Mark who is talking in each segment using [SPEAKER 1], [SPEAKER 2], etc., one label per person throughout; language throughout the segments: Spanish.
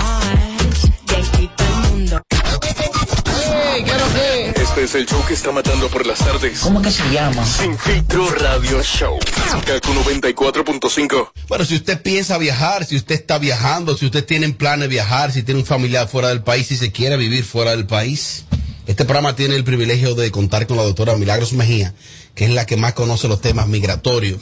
[SPEAKER 1] tardes, Este el show que está matando por las tardes.
[SPEAKER 2] ¿Cómo que se llama?
[SPEAKER 1] Sin filtro radio show. Kaku 94.5.
[SPEAKER 3] Bueno, si usted piensa viajar, si usted está viajando, si usted tiene planes de viajar, si tiene un familiar fuera del país, si se quiere vivir fuera del país. Este programa tiene el privilegio de contar con la doctora Milagros Mejía, que es la que más conoce los temas migratorios.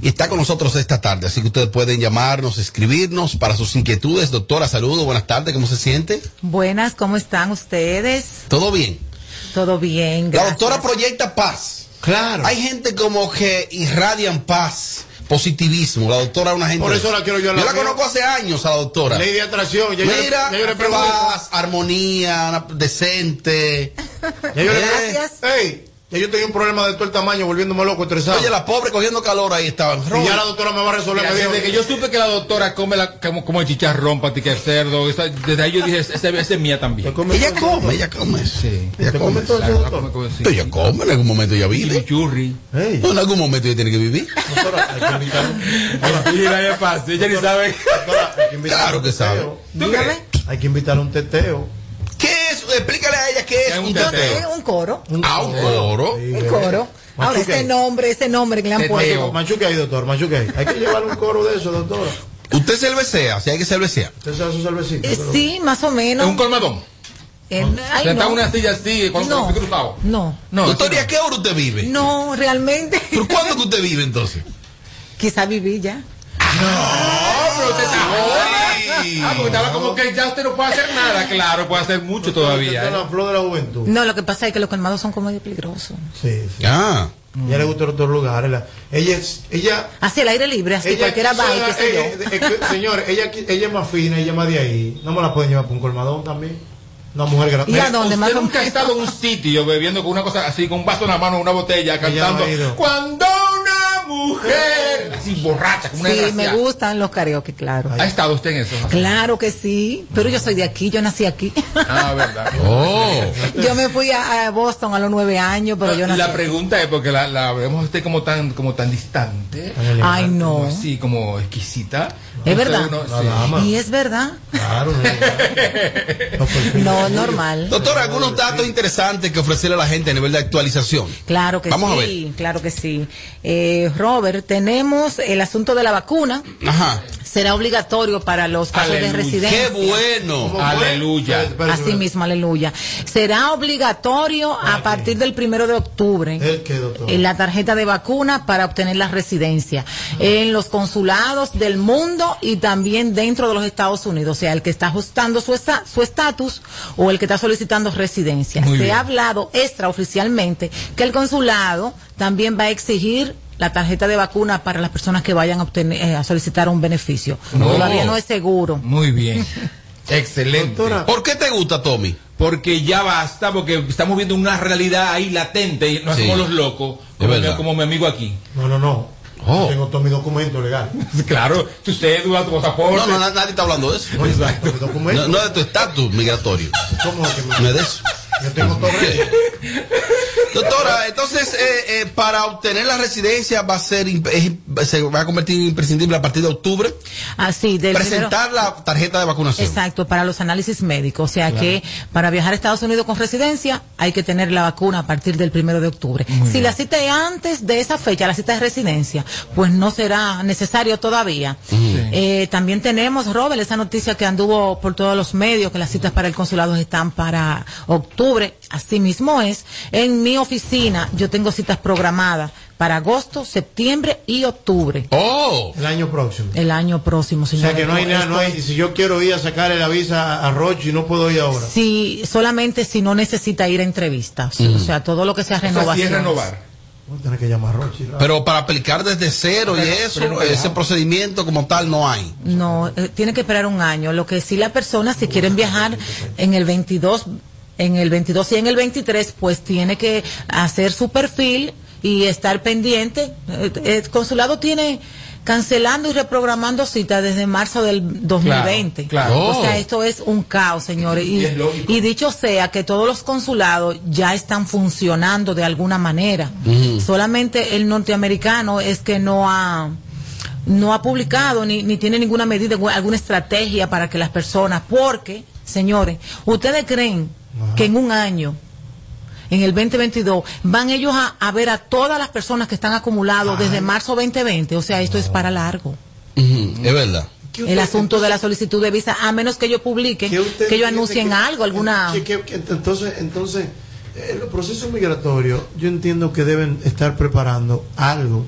[SPEAKER 3] Y está con nosotros esta tarde, así que ustedes pueden llamarnos, escribirnos para sus inquietudes. Doctora, saludos, buenas tardes, ¿cómo se siente?
[SPEAKER 4] Buenas, ¿cómo están ustedes?
[SPEAKER 3] ¿Todo bien?
[SPEAKER 4] Todo bien, gracias.
[SPEAKER 3] La doctora proyecta paz.
[SPEAKER 5] Claro.
[SPEAKER 3] Hay gente como que irradian paz, positivismo. La doctora es una gente...
[SPEAKER 5] Por eso la quiero yo a la
[SPEAKER 3] Yo la
[SPEAKER 5] mía.
[SPEAKER 3] conozco hace años a la doctora.
[SPEAKER 5] Ley de atracción. Ya yo le-
[SPEAKER 3] Mira,
[SPEAKER 5] ya yo le pregunto.
[SPEAKER 3] paz, armonía, una- decente. Eh,
[SPEAKER 5] Ya yo le-
[SPEAKER 4] Gracias.
[SPEAKER 5] Ey, ya yo tenía un problema de todo el tamaño, volviéndome loco, estresado.
[SPEAKER 3] Oye, la pobre cogiendo calor ahí estaba.
[SPEAKER 5] y ya la doctora me va a resolver.
[SPEAKER 6] Mira,
[SPEAKER 5] me dijo-
[SPEAKER 6] desde que yo supe que la doctora come la, como, come chicharrón, patica de cerdo, esa- desde ahí yo dije, esa esa es mía también.
[SPEAKER 5] come
[SPEAKER 3] Ella
[SPEAKER 5] todo.
[SPEAKER 3] come, ella come.
[SPEAKER 6] Sí.
[SPEAKER 3] Ella
[SPEAKER 5] ¿Te
[SPEAKER 3] come.
[SPEAKER 5] come todo
[SPEAKER 6] Claro,
[SPEAKER 5] eso,
[SPEAKER 6] la
[SPEAKER 5] doctor?
[SPEAKER 6] come con- sí.
[SPEAKER 3] Ella come, en algún momento ella vive.
[SPEAKER 6] Chimichurri.
[SPEAKER 5] Ey,
[SPEAKER 3] No, en algún momento ella tiene que vivir.
[SPEAKER 5] doctora, hay que invitar-
[SPEAKER 6] Y nadie pasa, ella ni sabe.
[SPEAKER 5] doctora, hay que invitar
[SPEAKER 3] Claro
[SPEAKER 5] un
[SPEAKER 3] que sabe.
[SPEAKER 5] teteo.
[SPEAKER 4] Dígame,
[SPEAKER 5] Hay que invitar un teteo.
[SPEAKER 3] ¿Qué es? Explícale a ella qué es
[SPEAKER 6] Es un
[SPEAKER 3] un
[SPEAKER 4] yo
[SPEAKER 6] teteo.
[SPEAKER 4] sé, un coro,
[SPEAKER 3] Ah, un coro.
[SPEAKER 5] Sí,
[SPEAKER 4] un
[SPEAKER 5] bebé.
[SPEAKER 4] coro. Ahora,
[SPEAKER 5] Machuque
[SPEAKER 4] ese
[SPEAKER 5] ahí.
[SPEAKER 4] nombre, ese nombre que le han
[SPEAKER 6] Teteo.
[SPEAKER 4] puesto.
[SPEAKER 6] Teo.
[SPEAKER 5] Machuque ahí, doctor, machuque ahí. Hay que llevar un coro de eso, doctora.
[SPEAKER 3] Usted cervecea, si hay que cervecea.
[SPEAKER 5] Usted se hace su cervecita.
[SPEAKER 4] Eh,
[SPEAKER 5] pero-
[SPEAKER 4] sí, más o
[SPEAKER 6] Es
[SPEAKER 4] menos.
[SPEAKER 6] un colmadón.
[SPEAKER 4] Eh, ay,
[SPEAKER 6] Sentar
[SPEAKER 4] no.
[SPEAKER 6] en una silla así, con
[SPEAKER 4] No,
[SPEAKER 6] con el cruzado.
[SPEAKER 4] no,
[SPEAKER 6] No,
[SPEAKER 3] Doctor, ¿y
[SPEAKER 6] eso
[SPEAKER 3] a qué hora usted vive?
[SPEAKER 4] no, realmente.
[SPEAKER 3] ¿Por cuándo que usted vive entonces?
[SPEAKER 4] Quizá viví ya.
[SPEAKER 6] no, pero usted está
[SPEAKER 3] Ay.
[SPEAKER 6] joven. Ah, porque estaba como que ya usted no puede hacer nada, claro, puede hacer mucho todavía.
[SPEAKER 5] Usted está
[SPEAKER 6] ¿eh?
[SPEAKER 5] en la flor de la juventud.
[SPEAKER 4] No, lo que pasa es que los colmados son como medio peligrosos.
[SPEAKER 5] Sí, sí.
[SPEAKER 3] Ah.
[SPEAKER 5] Ella le gustan otros lugares. la- Ella es. Ella.
[SPEAKER 4] Así el aire libre, así
[SPEAKER 5] ella
[SPEAKER 4] cualquiera
[SPEAKER 5] quizá-
[SPEAKER 4] va y qué sé yo.
[SPEAKER 5] eh, eh, es que, señor, ella, qui- ella es más fina, ella es más de ahí. No me la pueden llevar por un colmadón también. Una mujer grande.
[SPEAKER 4] ¿Y a dónde? más
[SPEAKER 6] Usted
[SPEAKER 4] o
[SPEAKER 6] nunca ha
[SPEAKER 4] menos?
[SPEAKER 6] estado en un sitio bebiendo con una cosa así, con un vaso en la mano, una botella,
[SPEAKER 5] no
[SPEAKER 6] cantando.
[SPEAKER 5] he ido.
[SPEAKER 6] Cuando una mujer. Así borracha, como una
[SPEAKER 4] Sí, me
[SPEAKER 6] desgraciada.
[SPEAKER 4] gustan los karaoke, claro.
[SPEAKER 6] ¿Ha estado usted en eso?
[SPEAKER 4] Claro que sí, pero yo soy de aquí, yo nací aquí.
[SPEAKER 6] Ah, verdad.
[SPEAKER 3] Oh.
[SPEAKER 4] yo me fui a, a Boston a los nueve años, pero yo nací.
[SPEAKER 6] Ah, la
[SPEAKER 4] aquí.
[SPEAKER 6] pregunta es porque la, la vemos a usted como tan, como tan distante,
[SPEAKER 5] Tan elegante.
[SPEAKER 4] Ay,
[SPEAKER 6] como
[SPEAKER 4] no.
[SPEAKER 6] así como exquisita.
[SPEAKER 4] Es
[SPEAKER 6] Entonces
[SPEAKER 4] verdad.
[SPEAKER 6] uno-
[SPEAKER 5] La
[SPEAKER 6] sí.
[SPEAKER 5] dama.
[SPEAKER 4] Y es verdad.
[SPEAKER 5] Claro, no, no, pues,
[SPEAKER 4] No, normal.
[SPEAKER 3] Doctor, algunos datos interesantes que ofrecerle a la gente a nivel de actualización.
[SPEAKER 4] Claro que
[SPEAKER 3] Vamos a
[SPEAKER 4] sí, claro que sí. Eh, Robert, tenemos el asunto de la vacuna.
[SPEAKER 3] Ajá.
[SPEAKER 4] Será obligatorio para los casos
[SPEAKER 6] Aleluya.
[SPEAKER 4] de
[SPEAKER 3] Qué
[SPEAKER 4] residencia.
[SPEAKER 3] bueno.
[SPEAKER 5] ¿Cómo fue?
[SPEAKER 6] Aleluya.
[SPEAKER 5] Espérate, espérate,
[SPEAKER 4] Así mismo, aleluya. Será obligatorio a partir del primero de octubre.
[SPEAKER 5] ¿El qué, doctor?
[SPEAKER 4] en la tarjeta de vacuna para obtener la residencia en los consulados del mundo y también dentro de los Estados Unidos, o sea, el que está ajustando su esta- su estatus o el que está solicitando residencia.
[SPEAKER 6] Muy
[SPEAKER 4] Se
[SPEAKER 6] bien.
[SPEAKER 4] ha hablado extraoficialmente que el consulado también va a exigir la tarjeta de vacuna para las personas que vayan a, obtener, eh, a solicitar un beneficio.
[SPEAKER 6] No.
[SPEAKER 4] Todavía no es seguro.
[SPEAKER 6] Muy bien. Excelente.
[SPEAKER 5] Doctora.
[SPEAKER 3] ¿Por qué te gusta, Tommy?
[SPEAKER 6] Porque ya basta, porque estamos viendo una realidad ahí latente y no
[SPEAKER 3] Sí.
[SPEAKER 6] somos los locos,
[SPEAKER 3] Es
[SPEAKER 6] como,
[SPEAKER 3] verdad.
[SPEAKER 6] mi- como mi amigo aquí.
[SPEAKER 5] No, no, no.
[SPEAKER 3] Oh.
[SPEAKER 5] Yo Tengo todo mi documento legal.
[SPEAKER 6] Pues Claro, tu cédula, tu
[SPEAKER 3] No,
[SPEAKER 6] pasaporte.
[SPEAKER 3] no, na- nadie está hablando de eso.
[SPEAKER 5] No, Exacto. Mi documento.
[SPEAKER 3] No, no de tu estatus migratorio.
[SPEAKER 5] ¿Cómo que me-
[SPEAKER 3] No es de eso.
[SPEAKER 5] Yo tengo todo ready.
[SPEAKER 3] Doctora, entonces eh, eh, para obtener la residencia va a ser imp- es- se va a convertir en imprescindible a partir de octubre
[SPEAKER 4] Así, del primero-
[SPEAKER 3] presentar la tarjeta de vacunación.
[SPEAKER 4] Exacto, para los análisis médicos. O sea que para viajar a Estados Unidos con residencia hay que tener la vacuna a partir del primero de octubre. si la cita es antes de esa fecha, la cita de residencia, pues no será necesario todavía. Eh, también tenemos, Robert, esa noticia que anduvo por todos los medios, que las citas para el consulado están para octubre. Así mismo es. En mi oficina yo tengo citas programadas para agosto, septiembre y octubre.
[SPEAKER 3] Oh,
[SPEAKER 5] El año próximo.
[SPEAKER 4] El año próximo,
[SPEAKER 5] O
[SPEAKER 4] señor.
[SPEAKER 5] sea que no hay nada, no hay. Si yo quiero ir a sacarle la visa a- a Rochi, no puedo ir ahora.
[SPEAKER 4] Si, solamente si no necesita ir a entrevistas. O sea, todo lo que sea
[SPEAKER 6] Mm. O sea,
[SPEAKER 4] renovación.
[SPEAKER 6] sí es renovar.
[SPEAKER 5] Voy a tener que llamar a Rochi. raro.
[SPEAKER 3] pero para aplicar desde cero y eso, ese procedimiento como tal no hay.
[SPEAKER 4] No, eh, tiene que esperar un año. Lo que sí la persona, si quieren viajar en el 22, en el 22 y en el 23, pues tiene que hacer su perfil y estar pendiente. Eh, El consulado tiene cancelando y reprogramando citas desde marzo del 2020.
[SPEAKER 6] Claro,
[SPEAKER 3] claro.
[SPEAKER 4] O sea, esto es un caos, señores. Y,
[SPEAKER 6] Y es lógico.
[SPEAKER 4] y dicho sea que todos los consulados ya están funcionando de alguna manera. Solamente el norteamericano es que no ha no ha publicado ni, ni tiene ninguna medida, gu- alguna estrategia para que las personas, porque, señores, ustedes creen que en un año en el 2022, van ellos a, a ver a todas las personas que están acumulados desde marzo 2020. O sea, esto es para largo.
[SPEAKER 3] Ujú, Es verdad.
[SPEAKER 7] ¿Qué
[SPEAKER 4] El
[SPEAKER 7] usted-
[SPEAKER 4] asunto de la solicitud de visa, a menos que ellos publiquen,
[SPEAKER 7] ¿Qué usted
[SPEAKER 4] que ellos
[SPEAKER 7] entiende
[SPEAKER 4] anuncien
[SPEAKER 7] que-
[SPEAKER 4] algo, alguna...
[SPEAKER 7] que- que- que- entonces, entonces, eh, los procesos migratorios, yo entiendo que deben estar preparando algo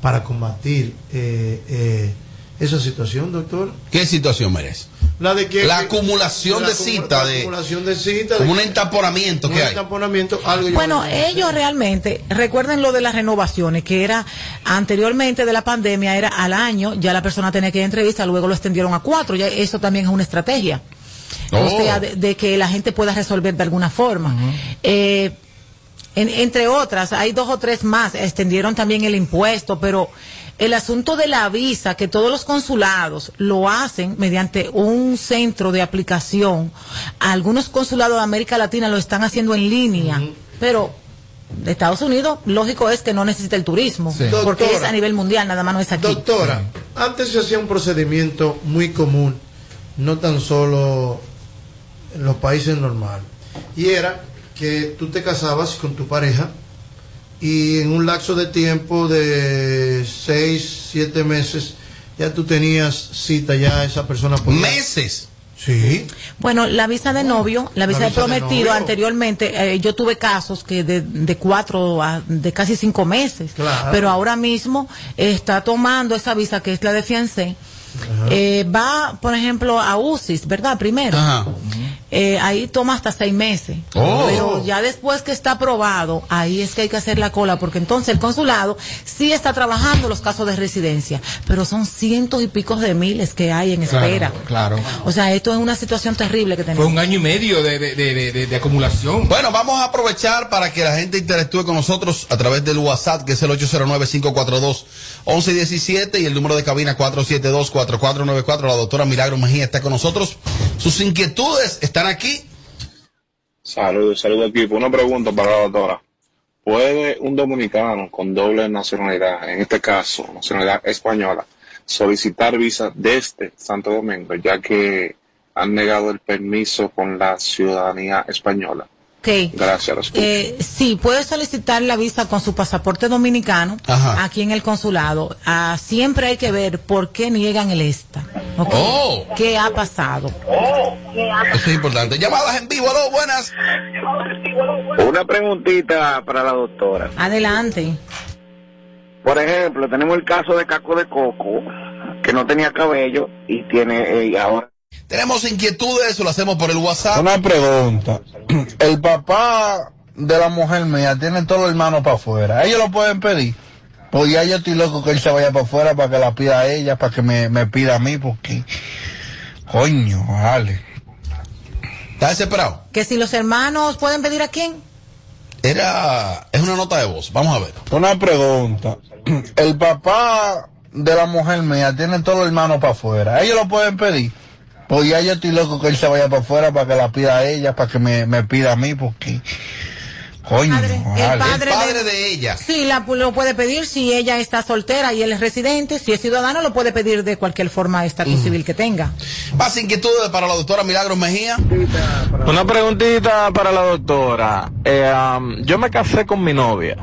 [SPEAKER 7] para combatir eh, eh, esa situación, doctor.
[SPEAKER 3] ¿Qué situación merece?
[SPEAKER 7] La de que
[SPEAKER 3] La acumulación de
[SPEAKER 7] acumu-
[SPEAKER 3] cita,
[SPEAKER 7] la
[SPEAKER 3] de-
[SPEAKER 7] acumulación de cita,
[SPEAKER 3] Como
[SPEAKER 7] de
[SPEAKER 3] un
[SPEAKER 7] que-
[SPEAKER 3] entaporamiento
[SPEAKER 7] un
[SPEAKER 3] que hay.
[SPEAKER 7] tamponamiento, algo yo-
[SPEAKER 4] Bueno, ellos realmente, recuerden lo de las renovaciones, que era anteriormente de la pandemia, era al año, ya la persona tenía que ir a entrevista, luego lo extendieron a cuatro, ya eso también es una estrategia. O
[SPEAKER 3] Oh.
[SPEAKER 4] sea, de, de que la gente pueda resolver de alguna forma. Eh, en- entre otras, hay dos o tres más, extendieron también el impuesto, pero el asunto de la visa, que todos los consulados lo hacen mediante un centro de aplicación, algunos consulados de América Latina lo están haciendo en línea, pero de Estados Unidos, lógico es que no necesita el turismo,
[SPEAKER 6] Sí.
[SPEAKER 4] porque
[SPEAKER 7] Doctora.
[SPEAKER 4] es a nivel mundial, nada más no es aquí.
[SPEAKER 7] Doctora, antes se hacía un procedimiento muy común, no tan solo en los países normales, y era que tú te casabas con tu pareja y en un lapso de tiempo de 6, 7 meses ya tú tenías cita, ya esa persona podía-
[SPEAKER 3] Meses.
[SPEAKER 7] Sí.
[SPEAKER 4] Bueno, la visa de novio, Oh. la visa,
[SPEAKER 7] La
[SPEAKER 4] de
[SPEAKER 7] visa de
[SPEAKER 4] prometido,
[SPEAKER 7] novio.
[SPEAKER 4] anteriormente eh, yo tuve casos que de, de cuatro a de casi cinco meses,
[SPEAKER 7] Claro.
[SPEAKER 4] pero ahora mismo está tomando esa visa que es la de fiancé. Eh, va, por ejemplo, a UCIS, ¿verdad? Primero.
[SPEAKER 3] Ajá.
[SPEAKER 4] Eh, ahí toma hasta seis meses.
[SPEAKER 3] Oh.
[SPEAKER 4] Pero ya después que está aprobado, ahí es que hay que hacer la cola, porque entonces el consulado sí está trabajando los casos de residencia, pero son cientos y picos de miles que hay en espera.
[SPEAKER 6] Claro.
[SPEAKER 4] O sea, esto es una situación terrible que
[SPEAKER 6] Fue
[SPEAKER 4] tenemos.
[SPEAKER 6] un año y medio de, de, de, de- de- de acumulación.
[SPEAKER 3] Bueno, vamos a aprovechar para que la gente interactúe con nosotros a través del WhatsApp, que es el 809-542-1117 y el número de cabina 472-4494. La doctora Milagro Mejía está con nosotros. Sus inquietudes están aquí.
[SPEAKER 8] Saludos, saludos equipo. Una pregunta para la doctora. ¿Puede un dominicano con doble nacionalidad, en este caso nacionalidad española, solicitar visa desde Santo Domingo, ya que han negado el permiso con la ciudadanía española?
[SPEAKER 4] Ok.
[SPEAKER 8] Gracias, los escucho.
[SPEAKER 4] Eh, sí, puede solicitar la visa con su pasaporte dominicano
[SPEAKER 3] Ajá.
[SPEAKER 4] aquí en el consulado. Ah, siempre hay que ver por qué niegan el esta. ¿ok?
[SPEAKER 3] Oh.
[SPEAKER 4] ¿Qué ha pasado?
[SPEAKER 3] Eso es importante. Llamadas en vivo, aló, buenas.
[SPEAKER 9] Una preguntita para la doctora.
[SPEAKER 4] Adelante.
[SPEAKER 9] Por ejemplo, tenemos el caso de Caco de Coco, que no tenía cabello y tiene eh, ahora.
[SPEAKER 3] Tenemos inquietudes, o lo hacemos por el WhatsApp.
[SPEAKER 10] Una pregunta. El papá de la mujer mía tiene todos los hermanos para afuera. Ellos lo pueden pedir. Pues ya yo estoy loco que él se vaya para afuera para que la pida a ella, para que me, me pida a mí, porque. Coño, vale.
[SPEAKER 3] ¿Está desesperado?
[SPEAKER 4] Que si los hermanos pueden pedir a quién.
[SPEAKER 3] Era, es una nota de voz. Vamos a ver.
[SPEAKER 10] Una pregunta. El papá de la mujer mía tiene todos los hermanos para afuera. Ellos lo pueden pedir. Pues ya yo estoy loco que él se vaya para afuera para que la pida a ella, para que me, me pida a mí, porque. Coño,
[SPEAKER 4] Padre, el
[SPEAKER 10] vale.
[SPEAKER 4] padre-
[SPEAKER 3] Ah, Padre de ella.
[SPEAKER 4] Sí, la, pu- lo puede pedir si ella está soltera y él es residente. Si es ciudadano, lo puede pedir de cualquier forma estatus civil que tenga.
[SPEAKER 3] Más inquietudes para la doctora Milagro Mejía.
[SPEAKER 11] Una preguntita para la doctora. Eh, am, yo me casé con mi novia.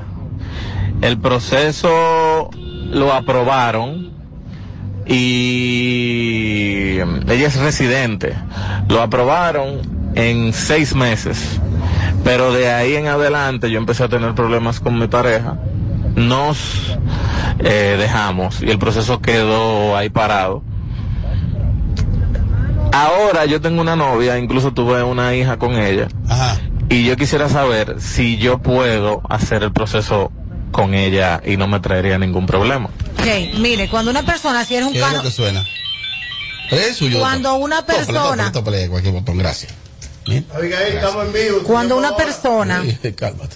[SPEAKER 11] El proceso lo aprobaron y ella es residente. Lo aprobaron en seis meses. Pero de ahí en adelante yo empecé a tener problemas con mi pareja. Nos eh, dejamos y el proceso quedó ahí parado. Ahora yo tengo una novia, incluso tuve una hija con ella.
[SPEAKER 3] Ajá.
[SPEAKER 11] Y yo quisiera saber si yo puedo hacer el proceso con ella y no me traería ningún problema.
[SPEAKER 4] Ok, mire, cuando una persona, si eres un
[SPEAKER 3] ¿Qué es lo
[SPEAKER 4] carro,
[SPEAKER 3] que suena? Es suyo.
[SPEAKER 4] Cuando
[SPEAKER 3] doctor.
[SPEAKER 4] una
[SPEAKER 3] Tópale, tópale,
[SPEAKER 4] persona-
[SPEAKER 3] tópale cualquier botón, gracias. Bien.
[SPEAKER 7] Abigail, estamos en vivo.
[SPEAKER 4] cuando una
[SPEAKER 7] Ahora.
[SPEAKER 4] persona
[SPEAKER 3] Sí, Cálmate.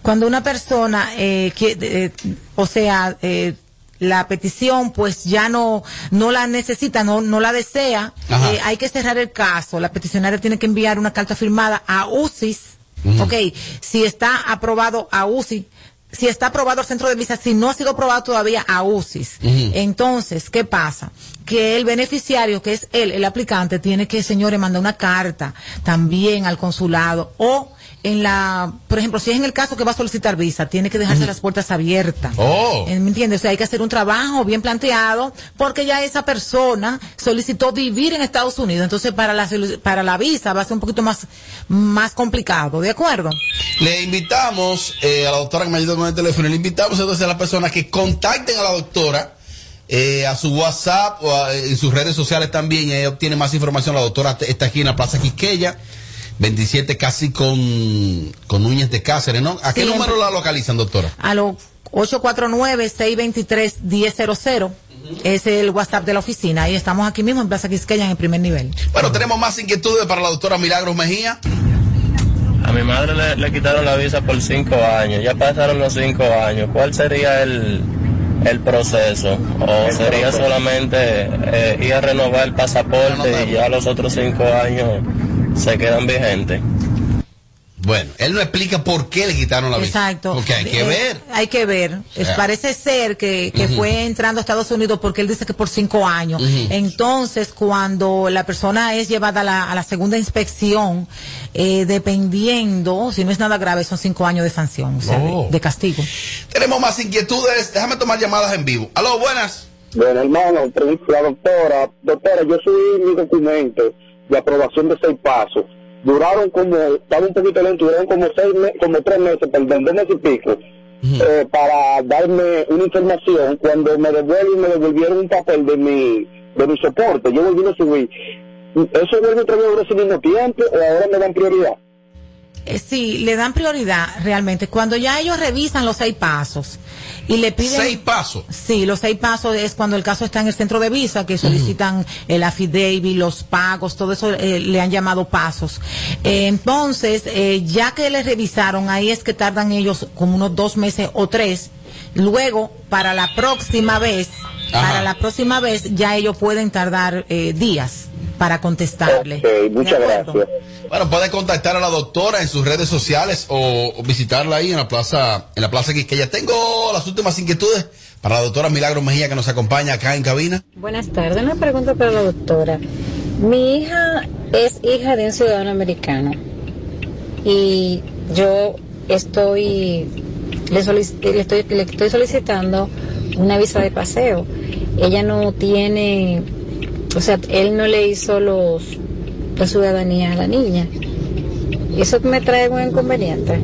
[SPEAKER 4] Cuando una persona, eh, que- eh, o sea, eh, la petición pues ya no no la necesita, no no la desea,
[SPEAKER 3] Ajá.
[SPEAKER 4] eh, hay que cerrar el caso. La peticionaria tiene que enviar una carta firmada a UCIS, ok, si está aprobado a UCI, si está aprobado el centro de visa, si no ha sido aprobado todavía a UCIS. Entonces, ¿qué pasa? que el beneficiario, que es él, el aplicante, tiene que, señores, mandar una carta también al consulado o en la, por ejemplo, si es en el caso que va a solicitar visa, tiene que dejarse las puertas abiertas.
[SPEAKER 3] Oh.
[SPEAKER 4] Eh, ¿Me entiendes? O sea, hay que hacer un trabajo bien planteado porque ya esa persona solicitó vivir en Estados Unidos. Entonces, para la, solic- para la visa va a ser un poquito más, más complicado, ¿de acuerdo?
[SPEAKER 3] Le invitamos eh, a la doctora que me ayuda con el teléfono, le invitamos entonces a las personas que contacten a la doctora eh, a su WhatsApp o a- en sus redes sociales también. y Ahí obtiene más información. La doctora te- está aquí en la Plaza Quisqueya, 27 casi con, con Núñez de Cáceres, ¿no? ¿A qué
[SPEAKER 4] Sí,
[SPEAKER 3] número
[SPEAKER 4] en-
[SPEAKER 3] la localizan, doctora?
[SPEAKER 4] a los 849-623-1000. Es el WhatsApp de la oficina. Y estamos aquí mismo en Plaza Quisqueya en el primer nivel.
[SPEAKER 3] Bueno, tenemos más inquietudes para la doctora Milagros Mejía.
[SPEAKER 12] A mi madre le, le quitaron la visa por cinco años, ya pasaron los cinco años. ¿Cuál sería el, el proceso? ¿O sería solamente eh, ir a renovar el pasaporte y ya los otros cinco años se quedan vigentes?
[SPEAKER 3] Bueno, él no explica por qué le quitaron la visa.
[SPEAKER 4] Exacto.
[SPEAKER 3] Porque hay que
[SPEAKER 4] Eh,
[SPEAKER 3] ver.
[SPEAKER 4] Hay que ver. Es-
[SPEAKER 3] Ya.
[SPEAKER 4] Parece ser que, que
[SPEAKER 3] Ujú.
[SPEAKER 4] fue entrando a Estados Unidos porque él dice que por cinco años.
[SPEAKER 13] Ujú.
[SPEAKER 4] Entonces, cuando la persona es llevada a la, a la segunda inspección, eh, dependiendo, si no es nada grave, son cinco años de sanción, o sea, de-
[SPEAKER 3] Oh.
[SPEAKER 4] de castigo.
[SPEAKER 3] Tenemos más inquietudes. Déjame tomar llamadas en vivo. Aló, buenas.
[SPEAKER 10] Bueno, hermano, pregunto a la doctora. Doctora, yo subí mi documento de aprobación de seis pasos. Duraron como, estaba un poquito lento, duraron como seis meses, como tres meses, perdón, dos meses y pico, eh, para darme una información. Cuando me devuelven, me devolvieron un papel de mi, de mi soporte. Yo volví a subir. ¿Eso vuelve otra vez a durar ese mismo tiempo o ahora me dan prioridad?
[SPEAKER 4] Eh, Sí, le dan prioridad realmente. Cuando ya ellos revisan los seis pasos y le piden...
[SPEAKER 3] ¿Seis pasos?
[SPEAKER 4] Sí, los seis pasos es cuando el caso está en el centro de visa, que solicitan el affidavit, los pagos, todo eso eh, le han llamado pasos. Eh, entonces, eh, ya que le revisaron, ahí es que tardan ellos como unos dos meses o tres. Luego, para la próxima vez, para la próxima vez ya ellos pueden tardar eh, días para contestarle.
[SPEAKER 3] muchas gracias. Bueno, puede contactar a la doctora en sus redes sociales o, o visitarla ahí en la plaza, en la plaza Quisqueya. Tengo las últimas inquietudes para la doctora Milagros Mejía que nos acompaña acá en cabina.
[SPEAKER 14] Buenas tardes, una pregunta para la doctora. Mi hija es hija de un ciudadano americano y yo estoy le, solic- le estoy, le estoy solicitando una visa de paseo. Ella no tiene, o sea, él no le hizo los, la ciudadanía a la niña. Eso me trae un inconveniente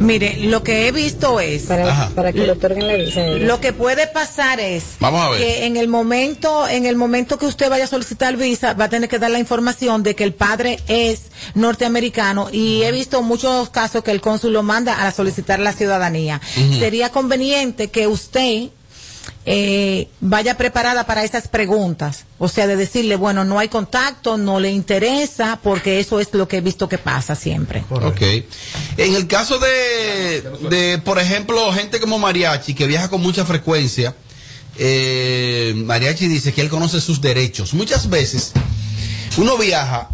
[SPEAKER 4] Mire, lo que he visto es
[SPEAKER 14] para, para que le otorguen la visa. a ella.
[SPEAKER 4] Lo que puede pasar es
[SPEAKER 14] Vamos a ver.
[SPEAKER 4] que en el momento, en el momento que usted vaya a solicitar visa, va a tener que dar la información de que el padre es norteamericano y he visto muchos casos que el cónsul lo manda a solicitar la ciudadanía.
[SPEAKER 13] Ujú.
[SPEAKER 4] Sería conveniente que usted eh, vaya preparada para esas preguntas. O sea, de decirle, bueno, no hay contacto, no le interesa, porque eso es lo que he visto que pasa siempre.
[SPEAKER 3] Ok. En el caso de, de, por ejemplo, gente como Mariachi, que viaja con mucha frecuencia, eh, Mariachi dice que él conoce sus derechos. Muchas veces uno viaja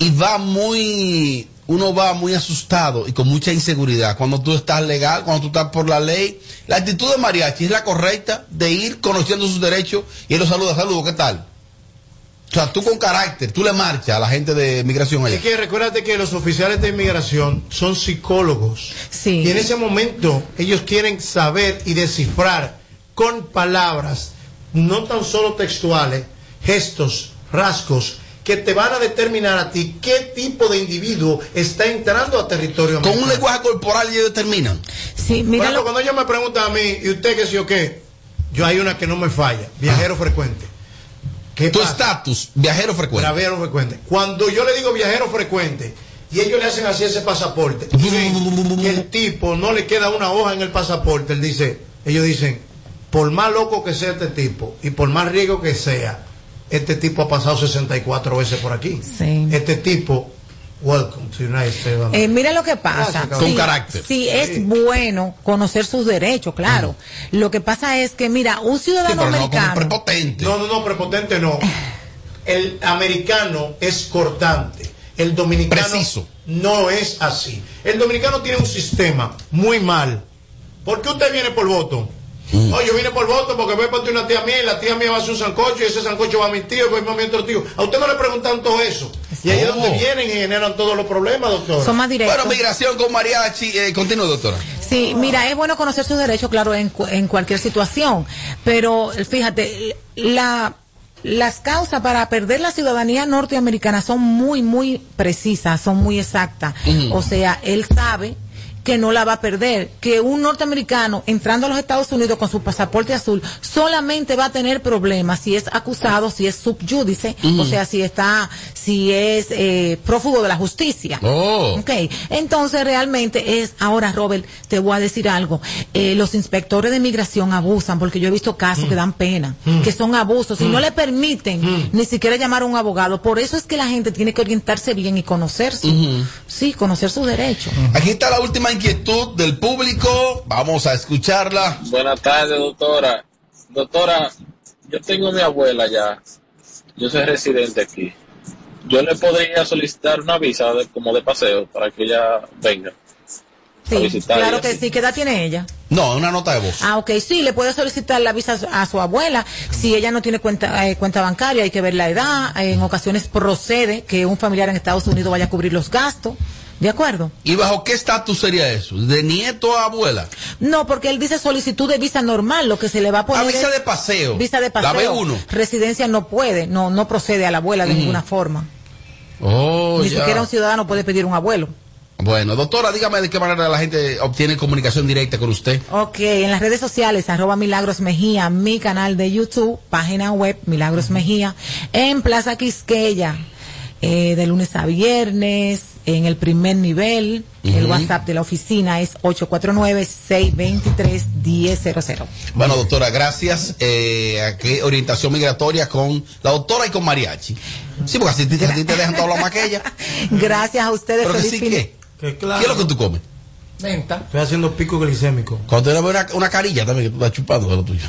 [SPEAKER 3] y va muy, uno va muy asustado y con mucha inseguridad. Cuando tú estás legal, cuando tú estás por la ley, la actitud de Mariachi es la correcta de ir conociendo sus derechos y él los saluda, saludo, ¿qué tal? O sea, tú con carácter, tú le marchas a la gente de migración allá.
[SPEAKER 7] Es que recuérdate que los oficiales de inmigración son psicólogos.
[SPEAKER 4] Sí.
[SPEAKER 7] Y en ese momento ellos quieren saber y descifrar con palabras, no tan solo textuales, gestos, rasgos, que te van a determinar a ti qué tipo de individuo está entrando a territorio
[SPEAKER 3] Con un lenguaje corporal ellos determinan.
[SPEAKER 4] Sí,
[SPEAKER 7] Por ejemplo, cuando ellos me preguntan a mí, ¿y usted qué sí o qué? Yo hay una que no me falla, viajero frecuente. ¿Qué tu
[SPEAKER 3] estatus, viajero frecuente.
[SPEAKER 7] Viajero frecuente. Cuando yo le digo viajero frecuente y ellos le hacen así ese pasaporte, y ven que el tipo no le queda una hoja en el pasaporte, él dice, ellos dicen, por más loco que sea este tipo y por más riesgo que sea, este tipo ha pasado 64 veces por aquí. Este tipo, welcome to United States of America.
[SPEAKER 4] Eh, mira lo que pasa.
[SPEAKER 7] Gracias, caballero. Con carácter.
[SPEAKER 4] Sí, Mm. es bueno conocer sus derechos, claro. Lo que pasa es que, mira, un ciudadano americano.
[SPEAKER 3] prepotente.
[SPEAKER 7] No, no, no, prepotente no. El americano es cortante. El dominicano no es así. El dominicano tiene un sistema muy mal. ¿Por qué usted viene por voto? No, yo vine por voto porque voy para una tía mía y la tía mía va a hacer un sancocho y ese sancocho va a mi tío y voy a mi otro tío. A usted no le preguntan todo eso. Y ahí es donde vienen y generan todos los problemas, doctor.
[SPEAKER 4] Son más directos.
[SPEAKER 3] Bueno, migración con mariachi. Eh, continúa, doctora.
[SPEAKER 4] Sí, mira, es bueno conocer sus derechos, claro, en, cu- en cualquier situación, pero eh, fíjate, la, las causas para perder la ciudadanía norteamericana son muy, muy precisas, son muy exactas.
[SPEAKER 14] Ujú.
[SPEAKER 4] O sea, él sabe que no la va a perder, que un norteamericano entrando a los Estados Unidos con su pasaporte azul solamente va a tener problemas si es acusado, si es subyúdice,
[SPEAKER 14] Ujú.
[SPEAKER 4] o sea, si está, si es eh, prófugo de la justicia.
[SPEAKER 14] Oh.
[SPEAKER 4] Ok, entonces realmente es, ahora Robert, te voy a decir algo, Eh, los inspectores de migración abusan, porque yo he visto casos que dan pena,
[SPEAKER 14] Mm.
[SPEAKER 4] que son abusos, y
[SPEAKER 14] Mm.
[SPEAKER 4] no le permiten ni siquiera llamar a un abogado, por eso es que la gente tiene que orientarse bien y conocerse,
[SPEAKER 14] Mm-hmm.
[SPEAKER 4] sí, conocer sus derechos.
[SPEAKER 14] Mm.
[SPEAKER 3] Aquí está la última inquietud del público. Vamos a escucharla.
[SPEAKER 11] Buenas tardes, doctora. Doctora, yo tengo a mi abuela ya. Yo soy residente aquí. Yo le podría solicitar una visa de- como de paseo para que ella venga.
[SPEAKER 4] Sí,
[SPEAKER 11] a visitar
[SPEAKER 4] claro
[SPEAKER 11] y
[SPEAKER 4] que
[SPEAKER 11] así.
[SPEAKER 4] sí, ¿qué edad tiene ella?
[SPEAKER 3] No, una nota de voz.
[SPEAKER 4] Ah, ok, sí, le puede solicitar la visa a su- a su abuela. Si ella no tiene cuenta, eh, cuenta bancaria, hay que ver la edad. En ocasiones procede que un familiar en Estados Unidos vaya a cubrir los gastos. ¿De acuerdo?
[SPEAKER 3] ¿Y bajo qué estatus sería eso? ¿De nieto a abuela?
[SPEAKER 4] No, porque él dice solicitud de visa normal, lo que se le va a poner.
[SPEAKER 3] Ah, visa
[SPEAKER 4] es
[SPEAKER 3] de paseo.
[SPEAKER 4] Visa de
[SPEAKER 3] La
[SPEAKER 4] paseo.
[SPEAKER 3] B1.
[SPEAKER 4] Residencia no puede, no, no procede a la abuela de
[SPEAKER 3] Mm.
[SPEAKER 4] ninguna forma.
[SPEAKER 3] Oh,
[SPEAKER 4] Ni
[SPEAKER 3] ya.
[SPEAKER 4] siquiera un ciudadano puede pedir un abuelo.
[SPEAKER 3] Bueno, doctora, dígame de qué manera la gente obtiene comunicación directa con usted.
[SPEAKER 4] Ok, en las redes sociales, arroba Milagros Mejía, mi canal de YouTube, página web Milagros Mejía, en Plaza Quisqueya, eh, de lunes a viernes, en el primer nivel, el
[SPEAKER 3] Ujú.
[SPEAKER 4] WhatsApp de la oficina es 849-623-1000.
[SPEAKER 3] Bueno, doctora, gracias. Eh, ¿A qué orientación migratoria con la doctora y con mariachi? Sí, porque así te, a ti te dejan todo lo más que ella.
[SPEAKER 4] Gracias a ustedes.
[SPEAKER 3] Pero que sí,
[SPEAKER 4] feliz fin-
[SPEAKER 3] ¿qué? ¿Qué es lo que tú comes?
[SPEAKER 15] Venta.
[SPEAKER 7] Estoy haciendo pico glicémico.
[SPEAKER 3] Cuando te le una, una carilla también que tú estás chupando de lo tuyo.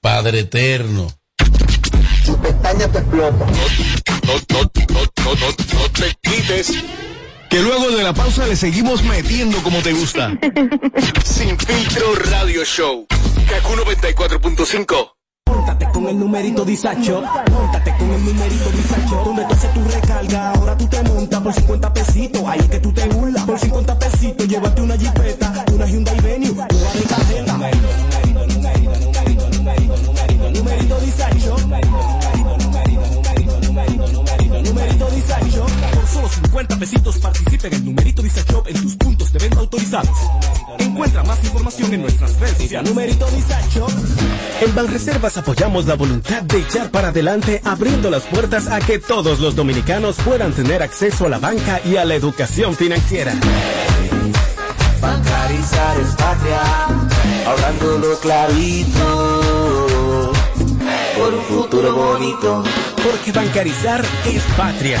[SPEAKER 3] Padre eterno.
[SPEAKER 16] Tu pestaña te explota. No, no, no, no, no, no te quites.
[SPEAKER 17] Que luego de la pausa le seguimos metiendo como te gusta.
[SPEAKER 16] Sin filtro radio show. Kaku 94.5.
[SPEAKER 18] Móntate con el numerito disacho. Móntate con el numerito disacho. Donde tú haces tu recarga, ahora tú te montas por 50 pesitos. Ahí es que tú te burlas por 50 pesitos. Llévate una jipeta, una Hyundai Venue, una de cajeta. Numerito, numerito, numerito, numerito, numerito, numerito disacho. Numerito, numerito, numerito, numerito, numerito, numerito disacho. Por solo 50 pesitos participa en el numerito disacho en tus puntos de venta autorizados. Encuentra más información en nuestras redes sociales. Numerito disacho.
[SPEAKER 17] En Banreservas apoyamos la voluntad de echar para adelante abriendo las puertas a que todos los dominicanos puedan tener acceso a la banca y a la educación financiera.
[SPEAKER 18] Bancarizar es patria, ahorrándolo clarito, por un futuro bonito.
[SPEAKER 17] Porque bancarizar es patria.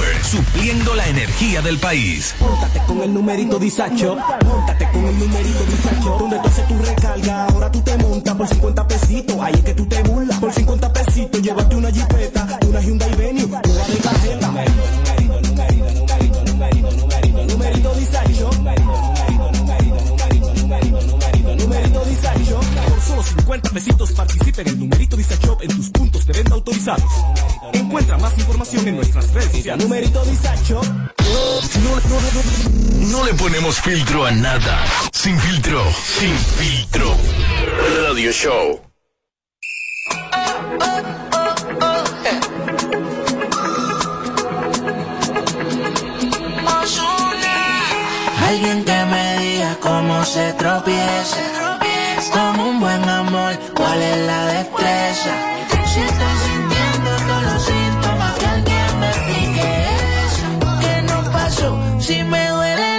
[SPEAKER 6] supliendo la energía del país.
[SPEAKER 18] Móntate con el numerito disacho, móntate con el numerito disacho, donde tú haces tu recarga, ahora tú te montas por 50 pesitos, ahí es que tú te burlas por 50 pesitos, llévate una jipeta, una Hyundai Venue, una de cajeta. Numerito, numerito, numerito, numerito, numerito, numerito, numerito disacho. numerito Disacho. Por solo 50 pesitos participa en el numerito Disacho en tus puntos de venta autorizados. Encuentra más información en nuestras redes sociales. Numerito Disacho.
[SPEAKER 6] No le ponemos filtro a nada. Sin filtro, sin filtro. Radio Show.
[SPEAKER 18] Alguien que me diga cómo se tropieza. Como un buen amor, cuál es la destreza. Si estás sintiendo todos los síntomas, que alguien me explique eso. ¿Qué no pasó? Si me duele